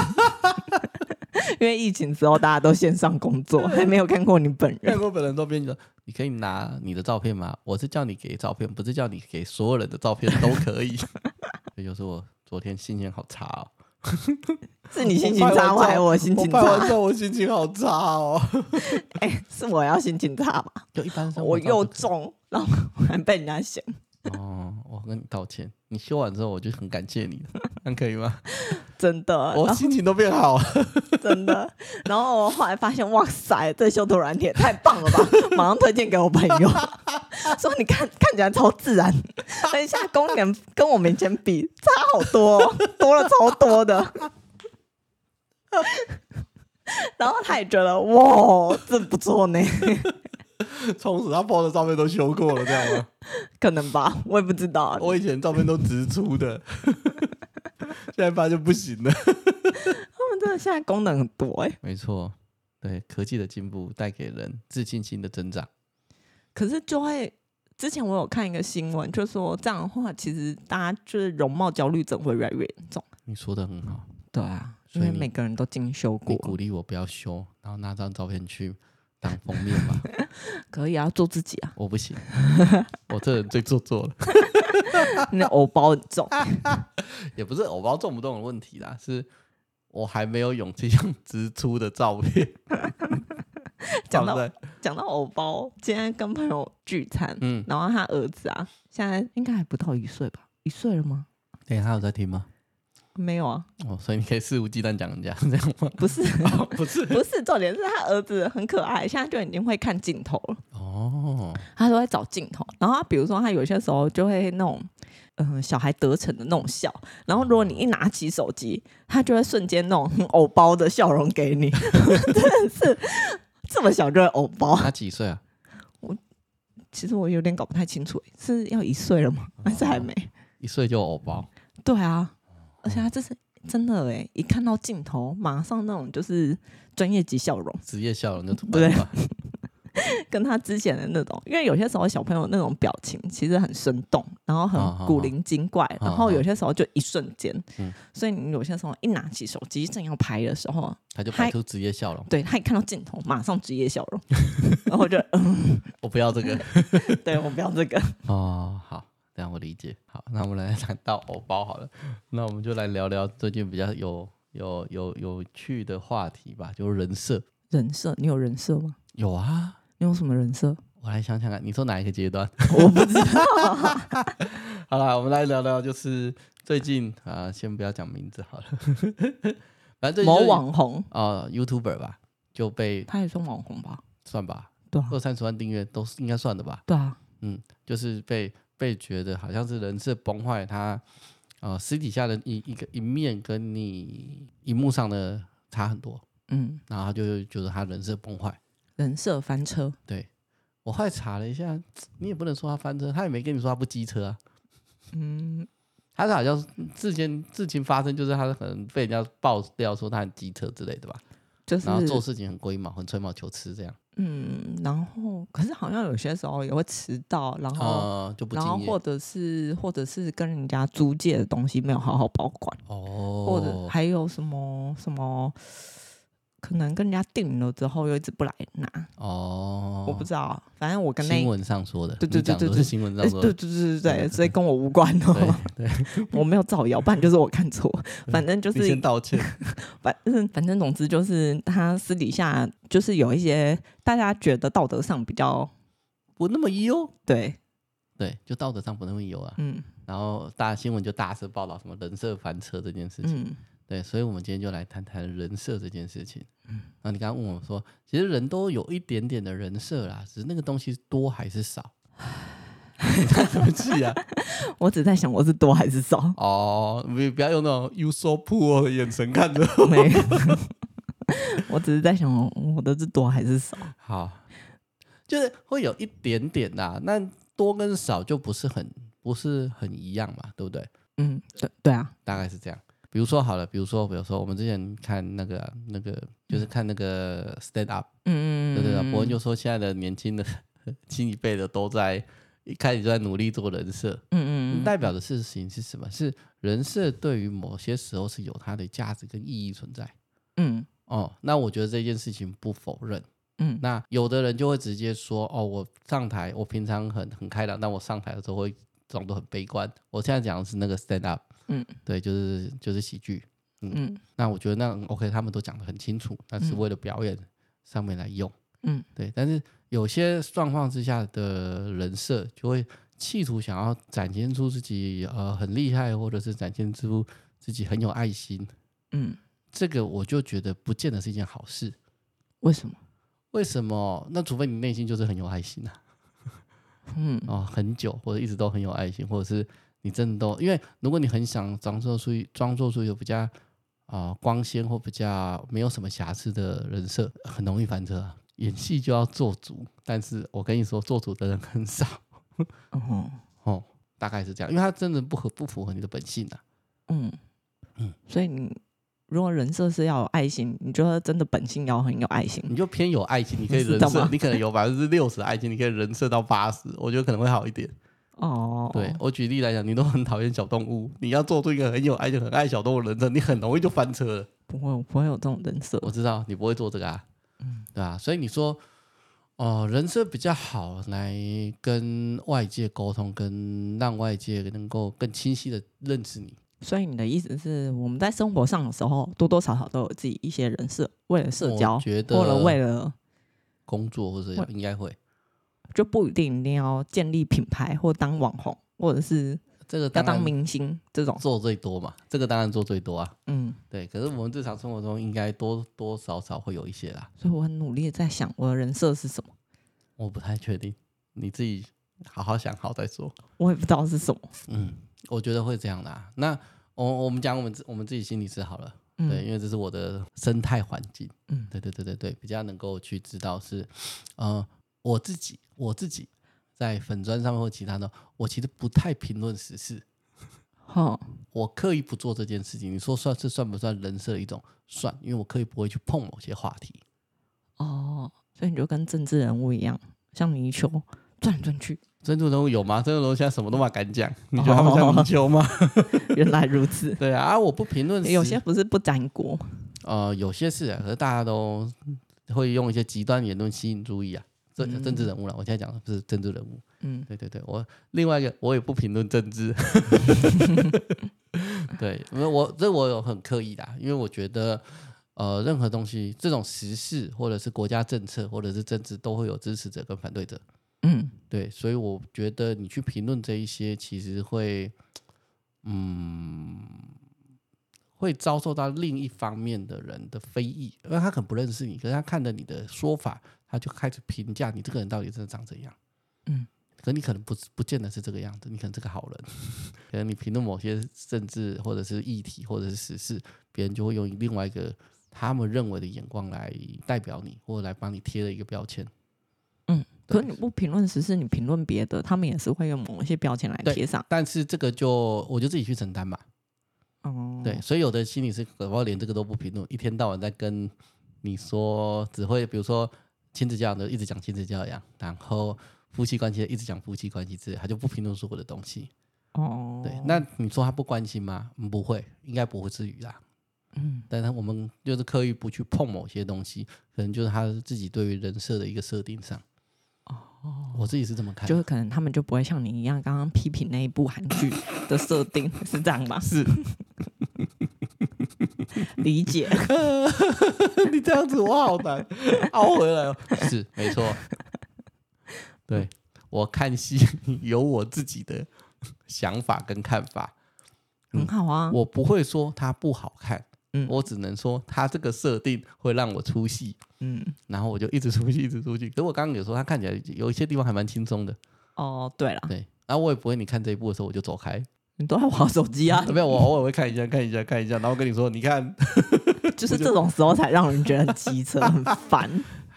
S2: 因为疫情之后大家都线上工作，还没有看过你本
S1: 看
S2: 人。
S1: 过本人照片，你说你可以拿你的照片吗？我是叫你给照片，不是叫你给所有人的照片都可以。 这就是我昨天心情好差哦，
S2: 是你心情差，
S1: 我拍完
S2: 还
S1: 之
S2: 是
S1: 后
S2: 我心情
S1: 我拍完
S2: 差？
S1: 之后我心情好差哦，
S2: 哎、是我要心情差吧？
S1: 就一般生活
S2: 我
S1: 照
S2: 又
S1: 就可以
S2: 重，然后我还被人家嫌。
S1: 哦，我跟你道歉，你修完之后我就很感谢你了， 这样可以 吗？
S2: 真的，
S1: 我
S2: 然后
S1: 心情都变好了，
S2: 真的，然后我后来发现，哇塞，这修图软体也太棒了吧！马上推荐给我朋友， 说你看看起来超自然，而且现在功能跟我们以前比差好多哦、多了超多的。 然后他也觉得哇，这不错呢，
S1: 从此他 PO 的照片都修过了，这样 吗？
S2: 可能吧，我也不知道。啊
S1: 我以前照片都直出的，现在发现不行了。
S2: 他们真的现在功能很多哎、
S1: 没错，对科技的进步带给人自信心的增长。
S2: 可是就会。之前我有看一个新闻，就说这样的话，其实大家就是容貌焦虑症会越来越严重。
S1: 你说的很好，
S2: 对啊，
S1: 所
S2: 因
S1: 以
S2: 为
S1: 你
S2: 每个人都精修
S1: 你
S2: 过，
S1: 鼓励嗯我不要修，然后拿张照片去当封面吧。
S2: 可以啊，做自己啊。
S1: 我不行，我这人最做作了。
S2: 那藕包很重，
S1: 也不是偶包中不中的问题啦，是我还没有勇气 用直出的照片
S2: 讲
S1: 放
S2: 到
S1: 在
S2: 讲到藕包，今天跟朋友聚餐，
S1: 嗯，
S2: 然后他儿子啊，现在应该还不到一岁吧？一岁了吗？
S1: 等一下他有在听吗？
S2: 没有啊，
S1: 哦，所以你可以肆无忌惮讲人家这样吗？
S2: 不是，
S1: 哦、不是
S2: 不是，重点是他儿子很可爱，现在就已经会看镜头了，
S1: 哦，
S2: 他都会找镜头。然后他比如说他有些时候就会那种，嗯、小孩得逞的那种笑。然后如果你一拿起手机，他就会瞬间那种很 偶包的笑容给 你，真的是这么小就会偶包。
S1: 他几岁啊？
S2: 其实我有点搞不太清楚，是要一岁了吗？还是还没？
S1: 一岁就偶包，
S2: 对啊，而且他这是真的哎、一看到镜头马上那种就是专业级笑容，
S1: 职业笑容就出
S2: 对
S1: 来了吧。
S2: 跟他之前的那种，因为有些时候小朋友那种表情其实很生动，然后
S1: 啊啊
S2: 很
S1: 啊
S2: 古灵精怪，然后有些时候就一瞬间，
S1: 嗯
S2: 所以你有些时候一拿起手机正要拍的时候，
S1: 他就
S2: 嗨
S1: 摆出职业笑容，
S2: 对他一看到镜头马上职业笑 容，然后我就嗯，
S1: 我不要这 个
S2: 对我不要这个，
S1: 哦，好，这样我理解。好，那我们来谈到偶包好了，那我们就来聊聊最近比较有有有有趣的话题吧，就是人设。
S2: 人设，你有人设吗？
S1: 有啊，
S2: 你有什么人设？
S1: 我来想想看，你说哪一个阶段？
S2: 我不 知道，
S1: 好啦，我们来聊聊，就是最近啊、先不要讲名字好了， 反正最近就
S2: 某
S1: 是
S2: 网红，
S1: 啊、YouTuber 吧，就被
S2: 他也算网红吧？
S1: 算吧，
S2: 对啊，
S1: 二三十万订阅都是应该算的吧，
S2: 对啊，
S1: 嗯，就是被被觉得好像是人设崩坏，他呃私底下的一一个一面跟你荧幕上的差很多，
S2: 嗯，
S1: 然后他就觉得他人设崩坏。
S2: 人设翻车，
S1: 对我后来查了一下，你也不能说他翻车，他也没跟你说他不机车啊。
S2: 嗯，
S1: 他是好像事件事情发生，就是他可能被人家爆料说他很机车之类的吧，
S2: 就是
S1: 然后做事情很龟毛，很吹毛求疵这样，
S2: 嗯，然后可是好像有些时候也会迟到，然后、
S1: 呃，就不
S2: 哦然后
S1: 敬业
S2: 或者是或者是跟人家租借的东西没有好好保管，
S1: 哦，
S2: 或者还有什么什么，可能跟人家订了之后又一直不来拿，
S1: 哦，
S2: 我不知道，反正我跟那
S1: 新闻上说的，
S2: 对
S1: 你
S2: 对对
S1: 讲
S2: 对
S1: 都
S2: 对
S1: 是新闻
S2: 哎
S1: 上说
S2: 对对
S1: 的，
S2: 对对对，所以跟我无关 哦，
S1: 对，
S2: 我没有造谣，不然就是我看错， 反正就
S1: 你
S2: 是
S1: 先道歉，
S2: 反正反正总之就是他私底下就是有一些大家觉得道德上比较
S1: 不那么优，
S2: 对，
S1: 对，就道德上不那么优啊。
S2: 嗯
S1: 然后大新闻就大肆报道什么人设翻车这件事情，
S2: 嗯
S1: 对，所以我们今天就来谈谈人设这件事情。嗯，然后你刚刚问我说，其实人都有一点点的人设啦，只是那个东西多还是 少。你叹什么气啊？
S2: 我只在想我是多还是少，
S1: 哦，不不要用那种 you so poor 的眼神看 着我。
S2: 没有，我只是在想我的是多还是少。
S1: 好，就是会有一点点啦、那多跟少就不是很不是很一样嘛，对不对？
S2: 嗯，对对啊，
S1: 大概是这样。比如说好了，比如说比如说我们之前看那个啊那个就是看那个 stand up，、
S2: 嗯，
S1: 对对啊对，伯恩就说现在的年轻的新一辈的都在一开始就在努力做人设，
S2: 嗯嗯嗯，
S1: 代表的事情是什么？是人设对于某些时候是有它的价值跟意义存在。
S2: 嗯
S1: 哦，那我觉得这件事情不否认。
S2: 嗯
S1: 那有的人就会直接说，哦，我上台，我平常很很开朗，但我上台的时候会装得很悲观。我现在讲的是那个 stand up，
S2: 嗯，
S1: 对，就是就是喜剧。
S2: 嗯
S1: 那我觉得那嗯 OK，他们都讲得很清楚，但是为了表演上面来用，
S2: 嗯，
S1: 对。但是有些状况之下的人设就会企图想要展现出自己呃很厉害，或者是展现出自己很有爱心，
S2: 嗯，
S1: 这个我就觉得不见得是一件好事。
S2: 为什么？
S1: 为什么？那除非你内心就是很有爱心啊，
S2: 嗯
S1: 哦，很久或者一直都很有爱心，或者是你真的都，因为如果你很想装作出一装作出一个比较啊、呃光鲜或比较没有什么瑕疵的人设，很容易翻车、啊。演戏就要做足，但是我跟你说，做足的人很少
S2: 哦
S1: 哦，大概是这样，因为他真的不合不符合你的本性啊。
S2: 嗯嗯，所以你如果人设是要有爱心，你觉得真的本性要很有爱心
S1: 你就偏有爱心， 你可以
S2: 是
S1: 人
S2: 的
S1: 设
S2: 吗，
S1: 你可能有百分之六十爱心，你可以人设到八十，我觉得可能会好一点。
S2: 哦。
S1: 对，我举例来讲，你都很讨厌小动物，你要做出一个很有爱、很爱小动物的人设，你很容易就翻车了。
S2: 不会，我不会有这种人设
S1: 我。知道你不会做这个啊，嗯，对啊，所以你说，哦、人设比较好，来跟外界沟通，跟让外界能够更清晰的认识你。
S2: 所以你的意思是，我们在生活上的时候，多多少少都有自己一些人设，为了社交
S1: 我，觉得
S2: 或者为了
S1: 工作或者
S2: 我
S1: 应该会，
S2: 就不一定一定要建立品牌或当网红，或者是
S1: 这个
S2: 要
S1: 当
S2: 当
S1: 然
S2: 明星这种。
S1: 做最多嘛，这个当然做最多啊。
S2: 嗯，
S1: 对，可是我们日常生活中应该多多少少会有一些啦，
S2: 所以我很努力地在想我的人设是什么，
S1: 我不太确定，你自己好好想好再说。
S2: 我也不知道是什么。
S1: 嗯，我觉得会这样的、啊。那我我们讲我们自我们自己心理师好了，对，
S2: 嗯
S1: 因为这是我的生态环境。
S2: 嗯，
S1: 对对对对对，比较能够去知道是，呃，我自己我自己在粉砖上面或其他的，我其实不太评论时事，
S2: 好，
S1: 我刻意不做这件事情。你说算是算不算人设的一种？算，因为我刻意不会去碰某些话题。
S2: 哦，所以你就跟政治人物一样，像泥鳅转来转去。
S1: 珍珠人物有吗？珍珠人物现在什么都嘛敢讲，你觉得他们像泥鳅吗？，
S2: 原来如此
S1: 哦 对啊，啊我不评论时，
S2: 有些不是不粘锅，
S1: 呃有些是、啊，可是大家都会用一些极端言论吸引注意啊。政政治人物了，我现在讲的不是政治人物。
S2: 嗯，
S1: 对对对，我另外一个我也不评论政治，对，因为我这我有很刻意的，啊因为我觉得呃，任何东西这种时事或者是国家政策或者是政治都会有支持者跟反对者，
S2: 嗯，
S1: 对，所以我觉得你去评论这一些，其实会嗯会遭受到另一方面的人的非议，因为他可能不认识你，可是他看着你的说法，他就开始评价你这个人到底真的长怎样。
S2: 嗯，
S1: 可你可能不是不见得是这个样子，你可能是个好人， 可能你评论某些政治或者是议题或者是时事，别人就会用另外一个他们认为的眼光来代表你，或者来帮你贴了一个标签。对
S2: 嗯可是你不评论时事，你评论别的，他们也是会用某一些标签来
S1: 对
S2: 贴上。
S1: 但是这个就我就自己去承担吧。
S2: 哦，
S1: 对，，所以有的心理师搞不好连这个都不评论，一天到晚在跟你说，只会比如说亲子教养的一直讲亲子教养，然后夫妻关系的一直讲夫妻关系之类，他就不评论说我的东西。
S2: 哦，
S1: 对，那你说他不关心吗？嗯不会，应该不会至于啦。
S2: 嗯，
S1: 但他我们就是刻意不去碰某些东西，可能就是他自己对于人设的一个设定上。哦，我自己是这么看的，
S2: 就是可能他们就不会像你一样刚刚批评那一部韩剧的设定是这样吧？是， 理解。
S1: 你这样子我好难凹回来哦。是，没错。对我看戏有我自己的想法跟看法，
S2: 很好啊，
S1: 我不会说它不好看，
S2: 嗯
S1: 我只能说它这个设定会让我出戏，
S2: 嗯，
S1: 然后我就一直出戏，一直出戏。可是我刚刚有说，它看起来有一些地方还蛮轻松的，
S2: 哦，对了，
S1: 对。然后我也不会，你看这一部的时候我就走开，
S2: 你都在玩手机 啊，
S1: 没有，我偶尔会看一下，看一下，看一下，然后跟你说，你看，
S2: 就是这种时候才让人觉得很机车，很烦。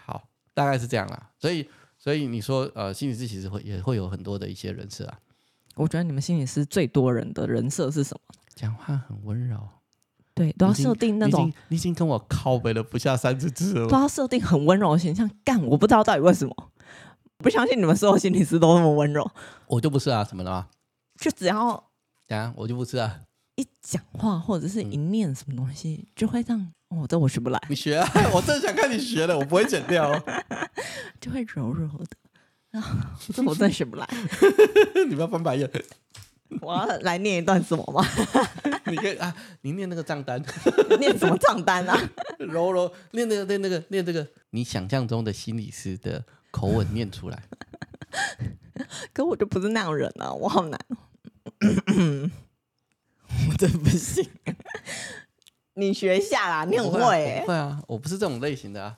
S1: 好，大概是这样啦。所以，所以你说，呃，心理师其实会也会有很多的一些人设啊，
S2: 我觉得你们心理师最多人的人设是什么？
S1: 讲话很温柔，
S2: 对，都要
S1: 已经
S2: 设定那
S1: 你已
S2: 种
S1: 经你已经跟我靠背了不下三十次
S2: 都
S1: 了。
S2: 要设定很温柔的形象。干，我不知道到底为什么，不相信你们所有心理师都那么温柔，
S1: 我就不是啊，什么的啊，
S2: 就只要
S1: 等下我就不是啊，
S2: 一讲话或者是一念什么东西，就会让哦，这我学不来，
S1: 你学啊， 我正想看你学的，我不会剪掉、哦，
S2: 就会柔柔的。 啊，这我真的学不来，
S1: 你不要翻白眼，
S2: 我要来念一段什么 吗？
S1: 你可以啊，你念那个账单，
S2: 念什么账单啊？
S1: 柔柔念那个念那个念这个，你想象中的心理师的口吻念出来，
S2: 可我就不是那样人啊，我好难哦， 我真不行。你学一下啦， 你很
S1: 我
S2: 会、
S1: 啊
S2: 欸
S1: 我，会啊，我不是这种类型的啊，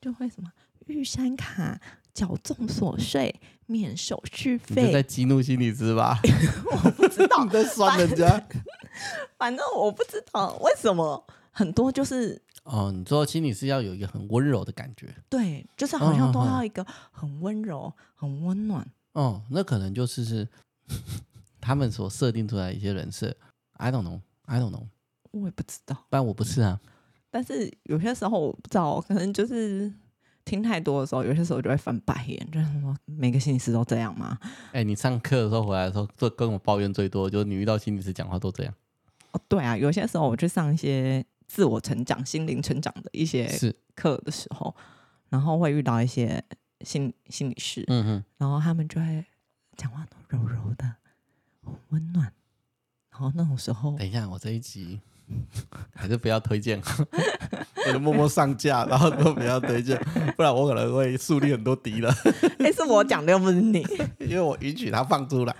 S2: 就会什么玉山卡缴重所税免手续
S1: 你就在
S2: 费，
S1: 激怒心理师 吧，
S2: 我不知道
S1: 你，在酸人家。
S2: 反正我不知道为什么很多就是
S1: 哦，你说心理师要有一个很温柔的感觉，
S2: 对，就是
S1: 嗯
S2: 好像
S1: 嗯
S2: 都
S1: 嗯
S2: 要一个很温柔、很温暖。
S1: 哦，那可能就是是 他们所设定出来一些人设。I don't know, I don't know。
S2: 我也不知道，
S1: 不然我不是啊，
S2: 但是有些时候我不知道，哦可能就是听太多的时候，有些时候就会翻白眼，就是说每个心理师都这样吗？
S1: 哎、你上课的时候回来的时候，最跟我抱怨最多就是你遇到心理师讲话都这样，
S2: 哦，对啊，有些时候我去上一些自我成长、心灵成长的一些
S1: 是
S2: 课的时候，然后会遇到一些心心理师，
S1: 嗯哼，
S2: 然后他们就会讲话都柔柔的，很温暖。然后那种时候，
S1: 等一下，我这一集 还是不要推荐， 我就默默上架，然后都不要推荐，不然我可能会树立很多敌人，
S2: 哎、是我讲的又不是你， 是
S1: 因为我允许他放出来。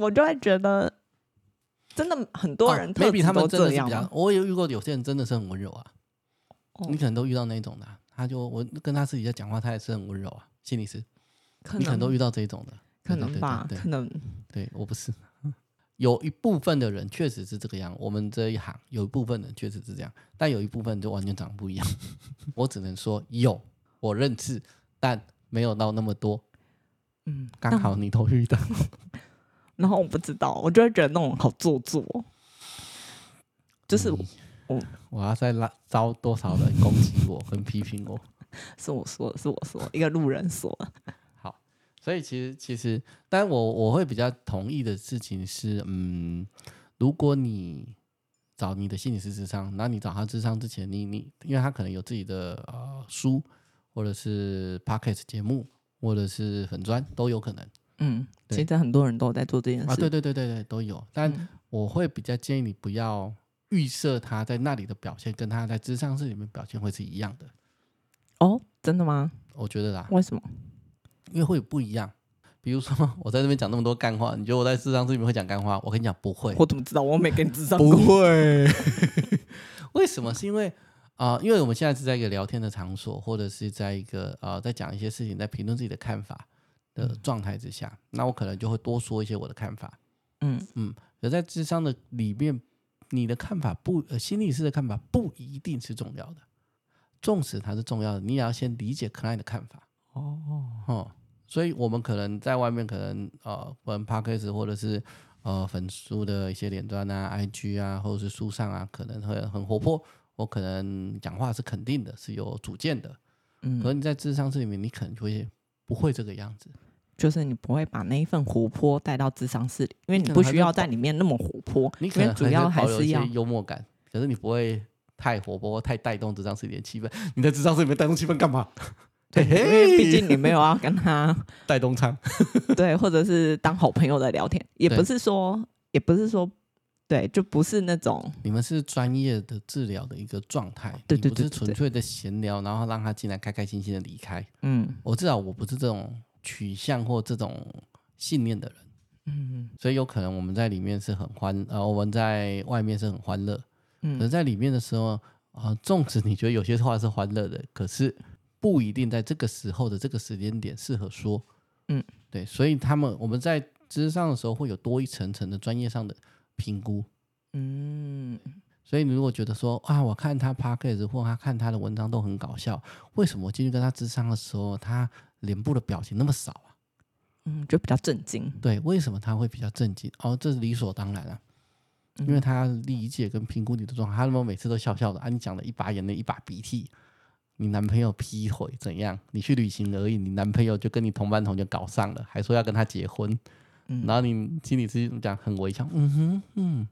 S2: 我就会觉得真的很多人特
S1: 哦 maybe
S2: 质
S1: 他
S2: 都
S1: 们真的是
S2: 这
S1: 比
S2: 样
S1: 较
S2: 吗，，
S1: 我有遇过有些人真的是很温柔啊，
S2: 哦
S1: 你可能都遇到那一种的啊、他就我跟他私底下讲话，他也是很温柔啊，心理师，
S2: 可
S1: 你可能都
S2: 能
S1: 遇到这一种的，
S2: 可
S1: 对
S2: 能吧，
S1: 对对
S2: 可能
S1: 对对我不是。 有一部分的人确实是这个样，我们这一行有一部分人确实是这样，但有一部分就完全长得不一样。 我只能说有，我认识，但没有到那么多。
S2: 嗯，
S1: 刚
S2: 但
S1: 好你都遇到，
S2: 然后我不知道，我就会觉得那种好做作，
S1: 嗯
S2: 就是
S1: 你
S2: 我
S1: 我要再拉招多少人攻击我跟批评我？
S2: 是我说的，是我说的一个路人说的，
S1: 好，所以其实其实，但我我会比较同意的事情是，嗯，如果你找你的心理师智商，那你找他智商之前，你你因为他可能有自己的呃书，或者是 p o c k e t 节目，或者是粉砖都有可能
S2: 嗯，
S1: 对
S2: 其实很多人都有在做这件事，
S1: 啊，对对对对对，都有。但
S2: 嗯
S1: 我会比较建议你不要预设他在那里的表现跟他在智商室里面表现会是一样的，
S2: 哦，真的吗？
S1: 我觉得啦，
S2: 为什么？
S1: 因为会有不一样。比如说， 我在这边讲那么多干话，你觉得我在智商这里面会讲干话？我跟你讲，不会，
S2: 我怎么知道？我没跟你智商
S1: 不
S2: 过。
S1: 会。 为什么？是因为啊、呃因为我们现在是在一个聊天的场所，或者是在一个呃，在讲一些事情，在评论自己的看法的状态之下，那我可能就会多说一些我的看法。
S2: 嗯
S1: 而在智商的里面，你的看法不，呃、心理师的看法不一定是重要的，纵使它是重要的，你也要先理解 client 的看法。
S2: 哦，
S1: 哦，所以我们可能在外面可能呃，不能 p a c k a g e 或者是呃粉书的一些脸砖啊、IG 啊，或者是书上啊，可能会很活泼。我可能讲话是肯定的，是有主见的。可
S2: 嗯，
S1: 是你在智商室里面，你可能就会不会这个样子。
S2: 就是你不会把那一份活泼带到智商室里，因为你
S1: 可能
S2: 不
S1: 还
S2: 需
S1: 是
S2: 要在里面那么活泼，
S1: 你
S2: 因
S1: 可
S2: 为
S1: 能
S2: 主要
S1: 还
S2: 还
S1: 是保留
S2: 是
S1: 一
S2: 要
S1: 些幽默感，可是你不会太活泼、太带动智商室里的气氛。你在智商室里面带动气氛干嘛？
S2: 对，
S1: 嘿嘿
S2: 因为毕竟你没有要 跟他
S1: 带动唱。
S2: 对，或者是当好朋友的聊天，也不
S1: 对
S2: 是说，也不是说，对，就不是那种
S1: 你们是专业的治疗的一个状态，
S2: 对
S1: 你
S2: 对
S1: 不
S2: 对
S1: 是
S2: 对
S1: 纯
S2: 对
S1: 粹的闲聊，然后让他进来开开心心的离开。
S2: 嗯
S1: 我至少我不是这种取向或这种信念的人，
S2: 嗯
S1: 所以有可能我们在里面是很欢，呃，我们在外面是很欢乐，可是
S2: 嗯
S1: 在里面的时候，啊、纵使你觉得有些话是欢乐的，可是不一定在这个时候的这个时间点适合说，
S2: 嗯，
S1: 对，所以他们我们在知识上的时候会有多一层层的专业上的评估，
S2: 嗯，
S1: 所以你如果觉得说啊，我看他 p o d c a s t 或他看他的文章都很搞笑，为什么我进去跟他智商的时候，他脸部的表情那么少啊？
S2: 嗯，就比较震惊，
S1: 对，为什么他会比较震惊？哦，这是理所当然啊，因为他理解跟评估你的状态，他们每次都笑笑的啊，你讲了一把眼泪一把鼻涕，你男朋友劈腿怎样？你去旅行而已，你男朋友就跟你同班同学搞上了，还说要跟他结婚，
S2: 嗯
S1: 然后你心里是讲很围墙，嗯哼，嗯，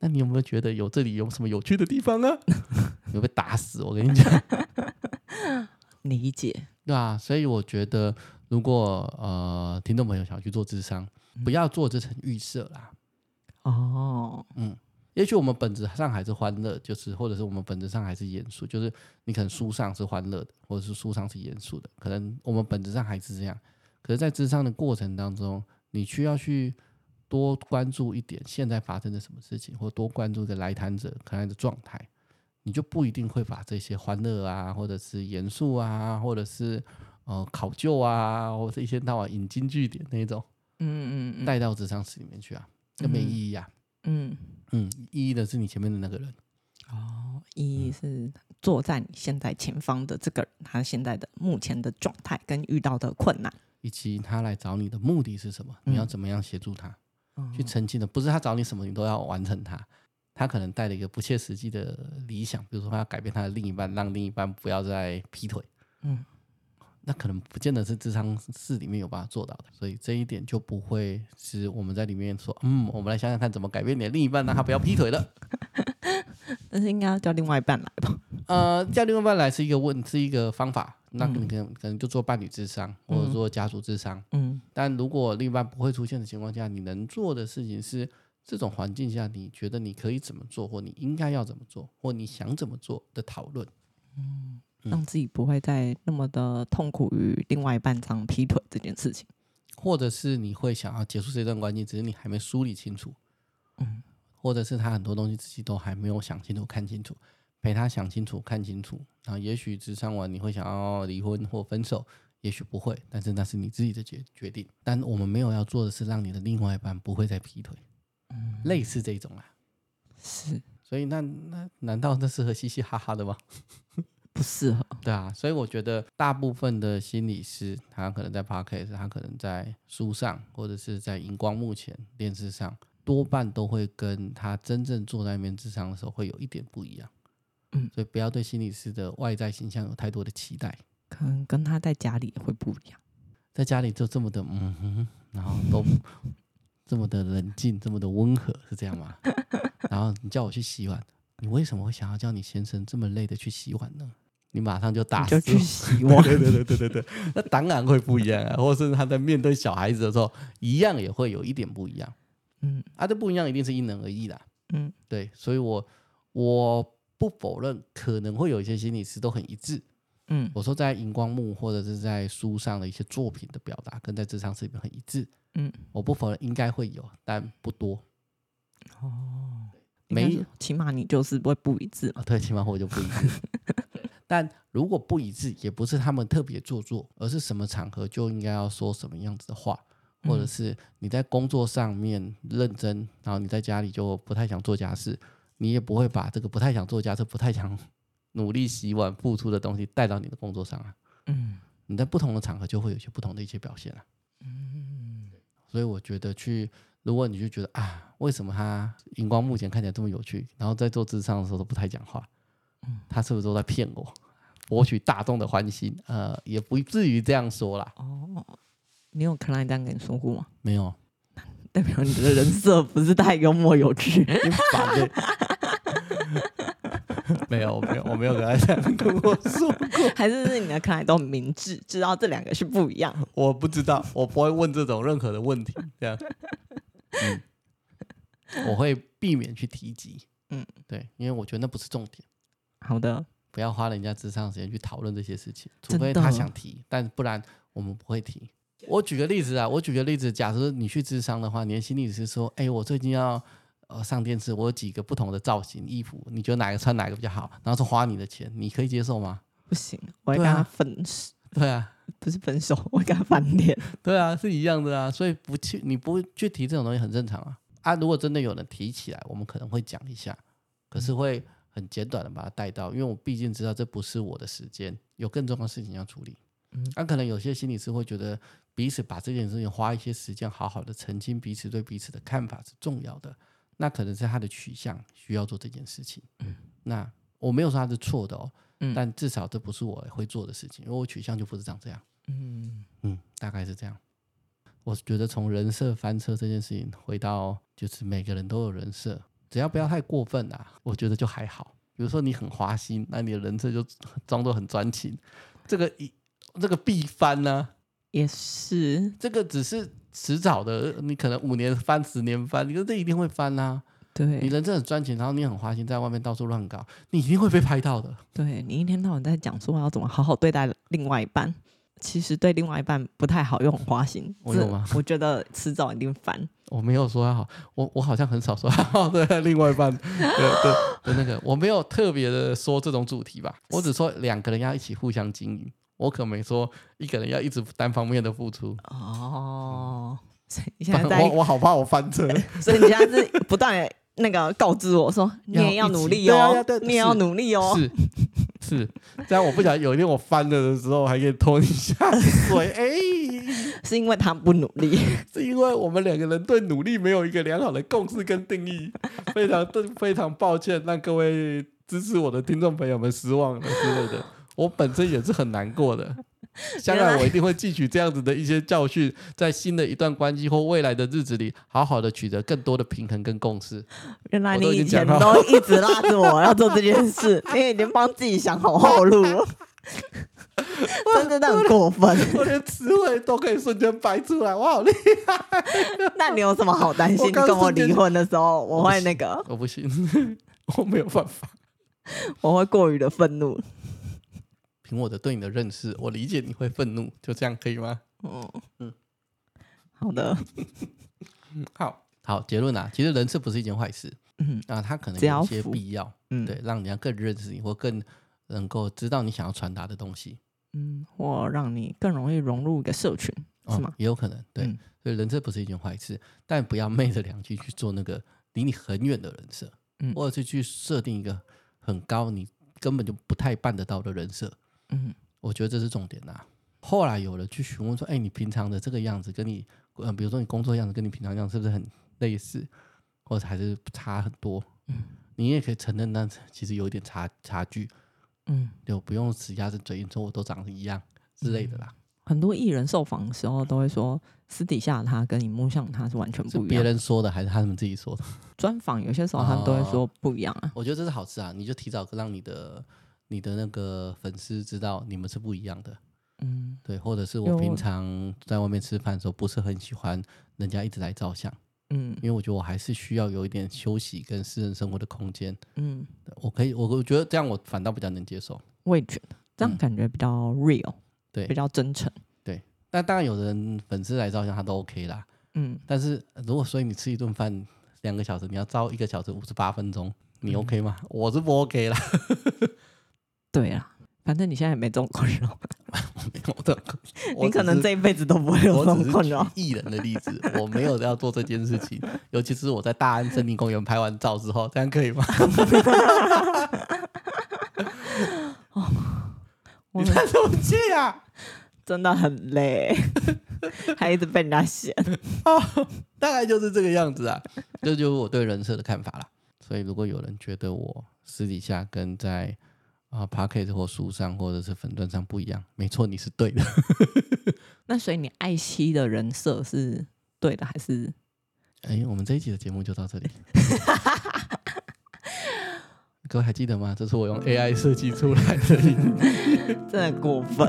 S1: 那你有没有觉得有这里有什么有趣的地方 啊？你会被打死，我跟你讲。
S2: 理解，
S1: 对啊，所以我觉得，如果呃听众朋友想去做智商，不要做这层预设啦。
S2: 哦，
S1: 也许我们本质上还是欢乐，就是或者是我们本质上还是严肃，就是你可能书上是欢乐的，或者是书上是严肃的，可能我们本质上还是这样。可是，在智商的过程当中，你需要去多关注一点现在发生的什么事情，或多关注一个来谈者可能的状态，你就不一定会把这些欢乐啊，或者是严肃啊，或者是呃考究啊，或者一天到晚引经据典那种
S2: 嗯嗯嗯
S1: 带到智商室里面去啊，那没意义啊。
S2: 嗯，
S1: 嗯，意义的是你前面的那个人。
S2: 哦，一是坐在你现在前方的这个人，他现在的目前的状态跟遇到的困难，
S1: 以及他来找你的目的是什么，
S2: 嗯
S1: 你要怎么样协助他、
S2: 哦
S1: 去澄清的？不是他找你什么，你都要完成他。他可能带了一个不切实际的理想，比如说他要改变他的另一半，让另一半不要再劈腿。
S2: 嗯，
S1: 那可能不见得是智商室里面有办法做到的，所以这一点就不会是我们在里面说，嗯，我们来想想看怎么改变你的另一半，让他不要劈腿了。
S2: 但是应该要叫另外一半来吧？
S1: 呃，叫另外一半来是一个问，是一个方法。那你可能可能就做伴侣智商，或者做家族智商。
S2: 嗯
S1: 但如果另一半不会出现的情况下，你能做的事情是，这种环境下你觉得你可以怎么做，或你应该要怎么做，或你想怎么做的讨论。嗯
S2: 让自己不会再那么的痛苦于另外一半常劈腿这件事情。
S1: 或者是你会想要结束这段关系，只是你还没梳理清楚，
S2: 嗯，
S1: 或者是他很多东西自己都还没有想清楚、看清楚，陪他想清楚、看清楚，然后也许职场完你会想要离婚或分手，也许不会，但是那是你自己的决决定。但我们没有要做的是让你的另外一半不会再劈腿，
S2: 嗯，
S1: 类似这种啊。
S2: 是
S1: 所以那那难道那适合嘻嘻哈哈的吗？
S2: 不适合。
S1: 对啊，所以我觉得大部分的心理师，他可能在 podcast，他可能在书上，或者是在荧光幕前、电视上，多半都会跟他真正坐在那边智商的时候会有一点不一样。
S2: 嗯
S1: 所以不要对心理师的外在形象有太多的期待，
S2: 可能跟他在家里也会不一样。
S1: 在家里就这么的嗯哼，然后都这么的冷静，这么的温和，是这样 吗？然后你叫我去洗碗，你为什么会想要叫你先生这么累的去洗碗呢？你马上就打死
S2: 你就
S1: 我。，
S2: 去洗碗
S1: 对对对对对对，那当然会不一样啊，或者是他在面对小孩子的时候，一样也会有一点不一样
S2: 嗯
S1: 啊。这不一样一定是因人而异啦。
S2: 嗯，
S1: 对，所以我我不否认可能会有一些心理师都很一致。
S2: 嗯
S1: 我说在荧光幕或者是在书上的一些作品的表达，跟在职场里面很一致。
S2: 嗯，
S1: 我不否认应该会有，但不多。
S2: 哦，
S1: 没
S2: 应该是，起码你就是不会不一致
S1: 啊，
S2: 嘛。
S1: 对，起码我就不一致。对 但如果不一致，也不是他们特别做作，而是什么场合就应该要说什么样子的话，或者
S2: 嗯
S1: 是你在工作上面认真，然后你在家里就不太想做家事，你也不会把这个不太想做家事、不太想努力洗碗、付出的东西带到你的工作上啊。
S2: 嗯
S1: 你在不同的场合就会有些不同的一些表现啊。
S2: 嗯
S1: 所以我觉得去，如果你就觉得啊，为什么他荧光幕前看起来这么有趣，然后在做智商的时候都不太讲话，
S2: 嗯
S1: 他是不是都在骗我，博取大众的欢心？呃，也不至于这样说啦，
S2: 哦，你有克莱这样跟你说过吗？
S1: 没有，
S2: 代表你的人设不是太幽默有趣。
S1: 你反对。 没有，我没有，我没有跟他这样跟我 说，
S2: 还是是你的可爱都很明智，知道这两个是不一样的。
S1: 我不知道，我不会问这种任何的问题，这样，嗯，我会避免去提及，嗯
S2: 嗯，
S1: 对，因为我觉得那不是重点。
S2: 好的，
S1: 不要花人家智商的时间去讨论这些事情，除
S2: 真
S1: 非
S2: 的
S1: 他想提，但不然我们不会提。我举个例子啊，我举个例子，假如你去智商的话，你的心理师说：“哎、我最近要呃上电视，我有几个不同的造型衣服，你觉得哪个穿哪个比较好？”然后说花你的钱，你可以接受吗？
S2: 不行，我会
S1: 对
S2: 跟
S1: 啊
S2: 他分手，
S1: 对啊，
S2: 不是分手，我会跟他翻脸。
S1: 对啊，是一样的啊，所以不去你不去提这种东西很正常啊。啊，如果真的有人提起来，我们可能会讲一下，可是会很简短的把它带到，因为我毕竟知道这不是我的时间，有更重要的事情要处理。
S2: 嗯
S1: 那、可能有些心理师会觉得彼此把这件事情花一些时间好好的澄清彼此对彼此的看法是重要的，那可能是他的取向需要做这件事情。那我没有说他是错的哦，
S2: 嗯
S1: 但至少这不是我会做的事情，因为我取向就不是长这样。
S2: 嗯，
S1: 嗯，大概是这样。我觉得从人设翻车这件事情，回到就是每个人都有人设，只要不要太过分啊，我觉得就还好。比如说你很花心，那你的人设就 装作很专情，这个一这个必翻呢、
S2: 也是，
S1: 这个只是迟早的，你可能五年翻、十年翻，你说这一定会翻啊。你
S2: 对，
S1: 人设很专情，然后你很花心，在外面到处乱搞，你一定会被拍到的。
S2: 对你一天到晚在讲说要怎么好好对待另外一半，其实对另外一半不太好，又很花心。
S1: 我
S2: 这
S1: 有吗
S2: 我觉得迟早一定翻。
S1: 我没有说他好，我我好像很少说他好的另外一半的 的的那个，我没有特别的说这种主题吧，我只说两个人要一起互相经营，我可没说一个人要一直单方面的付出。
S2: 哦，所以你现在在
S1: 我我好怕我翻车，
S2: 所以你现在是 不断的那个告知我说，你
S1: 要
S2: 也要
S1: 一
S2: 努
S1: 起
S2: 力
S1: 对啊
S2: 哦，
S1: 要对
S2: 你也要
S1: 是
S2: 努力哦。
S1: 是是，这样我不想有一天我翻了的时候还可以拖你下水。 哎，
S2: 是因为他不努力，
S1: 是因为我们两个人对努力没有一个良好的共识跟定 义，非常对非常抱歉，让各位支持我的听众朋友们失望了之类的。我本身也是很难过 的，将来我一定会汲取这样子的一些教训，在新的一段关系或未来的日子里，好好的取得更多的平衡跟共识。
S2: 原来
S1: 我都
S2: 你
S1: 已
S2: 以
S1: 经
S2: 前
S1: 讲好
S2: 都 一直拉着我要做这件事，你已经帮自己想好后路了。真的很过分。
S1: 我连词汇都可以瞬间掰出来，我好厉害！
S2: 那你有什么好担心？
S1: 我
S2: 你
S1: 刚
S2: 跟我
S1: 瞬间
S2: 离婚的时候，
S1: 我
S2: 我
S1: 不
S2: 会
S1: 行
S2: 那个，
S1: 我不行，我没有办法。
S2: 我会过于的愤怒。
S1: 凭我的对你的认识，我理解你会愤怒，就这样可以吗？
S2: 嗯
S1: 嗯
S2: 嗯，好的，
S1: 嗯，好好结论啊，其实人事不是一件坏事，
S2: 嗯
S1: 啊，它可能
S2: 只要
S1: 有一些
S2: 服
S1: 必要，
S2: 嗯，
S1: 对，让人家更认识你或更能够知道你想要传达的东西。
S2: 嗯，或让你更容易融入一个社群，是吗？
S1: 也有可能，对，
S2: 嗯
S1: 所以人设不是一件坏事，但不要昧着良心去做那个离你很远的人设，
S2: 嗯
S1: 或者是去设定一个很高你根本就不太办得到的人设，
S2: 嗯
S1: 我觉得这是重点呐、后来有人去询问说：“哎，你平常的这个样子，跟你呃，比如说你工作样子，跟你平常样子是不是很类似，或者还是差很多？”
S2: 嗯
S1: 你也可以承认，但是其实有一点差差距，
S2: 嗯，
S1: 就不用死鸭子嘴硬说我都长得一样之类的啦，
S2: 很多艺人受访的时候都会说，私底下他跟荧幕上他是完全
S1: 是
S2: 嗯不一
S1: 别
S2: 样的。
S1: 人说的还是他们自己说的？
S2: 专访有些时候他们都会说不一样啊。
S1: 我觉得这是好事啊，你就提早让你的你的那个粉丝知道你们是不一样的，
S2: 嗯
S1: 对，或者是
S2: 因
S1: 我
S2: 为
S1: 平
S2: 我
S1: 常在外面吃饭的时候不是很喜欢人家一直来照相，
S2: 嗯
S1: 因为我觉得我还是需要有一点休息跟私人生活的空间。
S2: 嗯，
S1: 我可以，我我觉得这样我反倒比较能接受。
S2: 我也觉得这
S1: 嗯
S2: 样感觉比较 real，、
S1: 对
S2: 比较真诚。
S1: 那当然，有的人粉丝来照相他都 OK 啦，
S2: 嗯，
S1: 但是如果所以你吃一顿饭两个小时，你要照一个小时五十八分钟，你
S2: 嗯
S1: OK 吗？我是不 OK 啦， 啊
S2: 对啦，反正你现在也没这种困扰，
S1: 没有的，我
S2: 你可
S1: 只
S2: 能
S1: 是
S2: 这一辈子都不会有
S1: 我
S2: 这种哦
S1: 只
S2: 困
S1: 是举
S2: 扰。
S1: 艺人的例子，我没有要做这件事情。尤其是我在大安森林公园拍完照之后，这样可以吗？
S2: 我
S1: 你
S2: 很
S1: 叹什么气啊？
S2: 真的很累， 还一直被人家嫌。
S1: 大概就是这个样子啊，这就是我对人设的看法啦。所以如果有人觉得我私底下跟在啊 p a c k e t 或书上或者是粉段上不一样，没错，你是对的。
S2: 那所以你爱惜的人设是对的，还是
S1: 哎，我们这一集的节目就到这 里。各位还记得吗？这是我用
S2: 嗯
S1: AI 设计出来的音乐
S2: 真的过 分？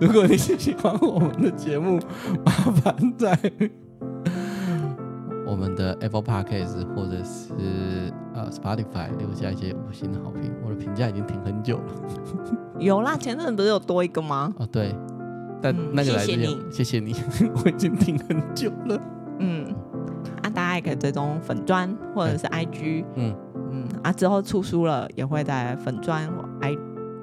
S1: 如果你喜欢我们的节目，麻烦 在我们的 Apple Podcast 或者是呃 Spotify 留下一些五星的好评。我的评价已经停很久了
S2: 有啦，前阵子不是有多一个吗？
S1: 哦，对，但
S2: 嗯
S1: 那个来之
S2: 谢谢
S1: 前，谢谢你， 我已经停很久了。
S2: 嗯，啊，大家也可以追踪粉砖或者是 IG，
S1: 嗯
S2: 嗯，啊，之后出书了也会在粉砖 I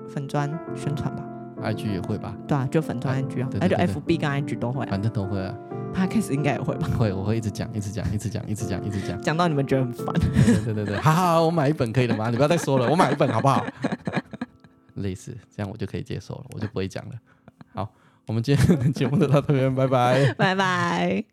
S2: 粉砖宣传吧，
S1: ，IG 也会吧，
S2: 对啊，就粉砖 IG 啊
S1: 哎对，
S2: 那就
S1: 对对
S2: FB 跟 IG 都会啊
S1: 反正都会啊，
S2: ，Podcast 应该也会吧，
S1: 会，我会一直讲，一直讲，一直讲，一直讲，一直讲。
S2: 讲到你们觉得很烦，
S1: 对对对对，好好，好我买一本可以了吗？你不要再说了，我买一本好不好？类似这样我就可以接受了，我就不会讲了。好，我们今天的节目就到这边，拜拜。
S2: 拜拜。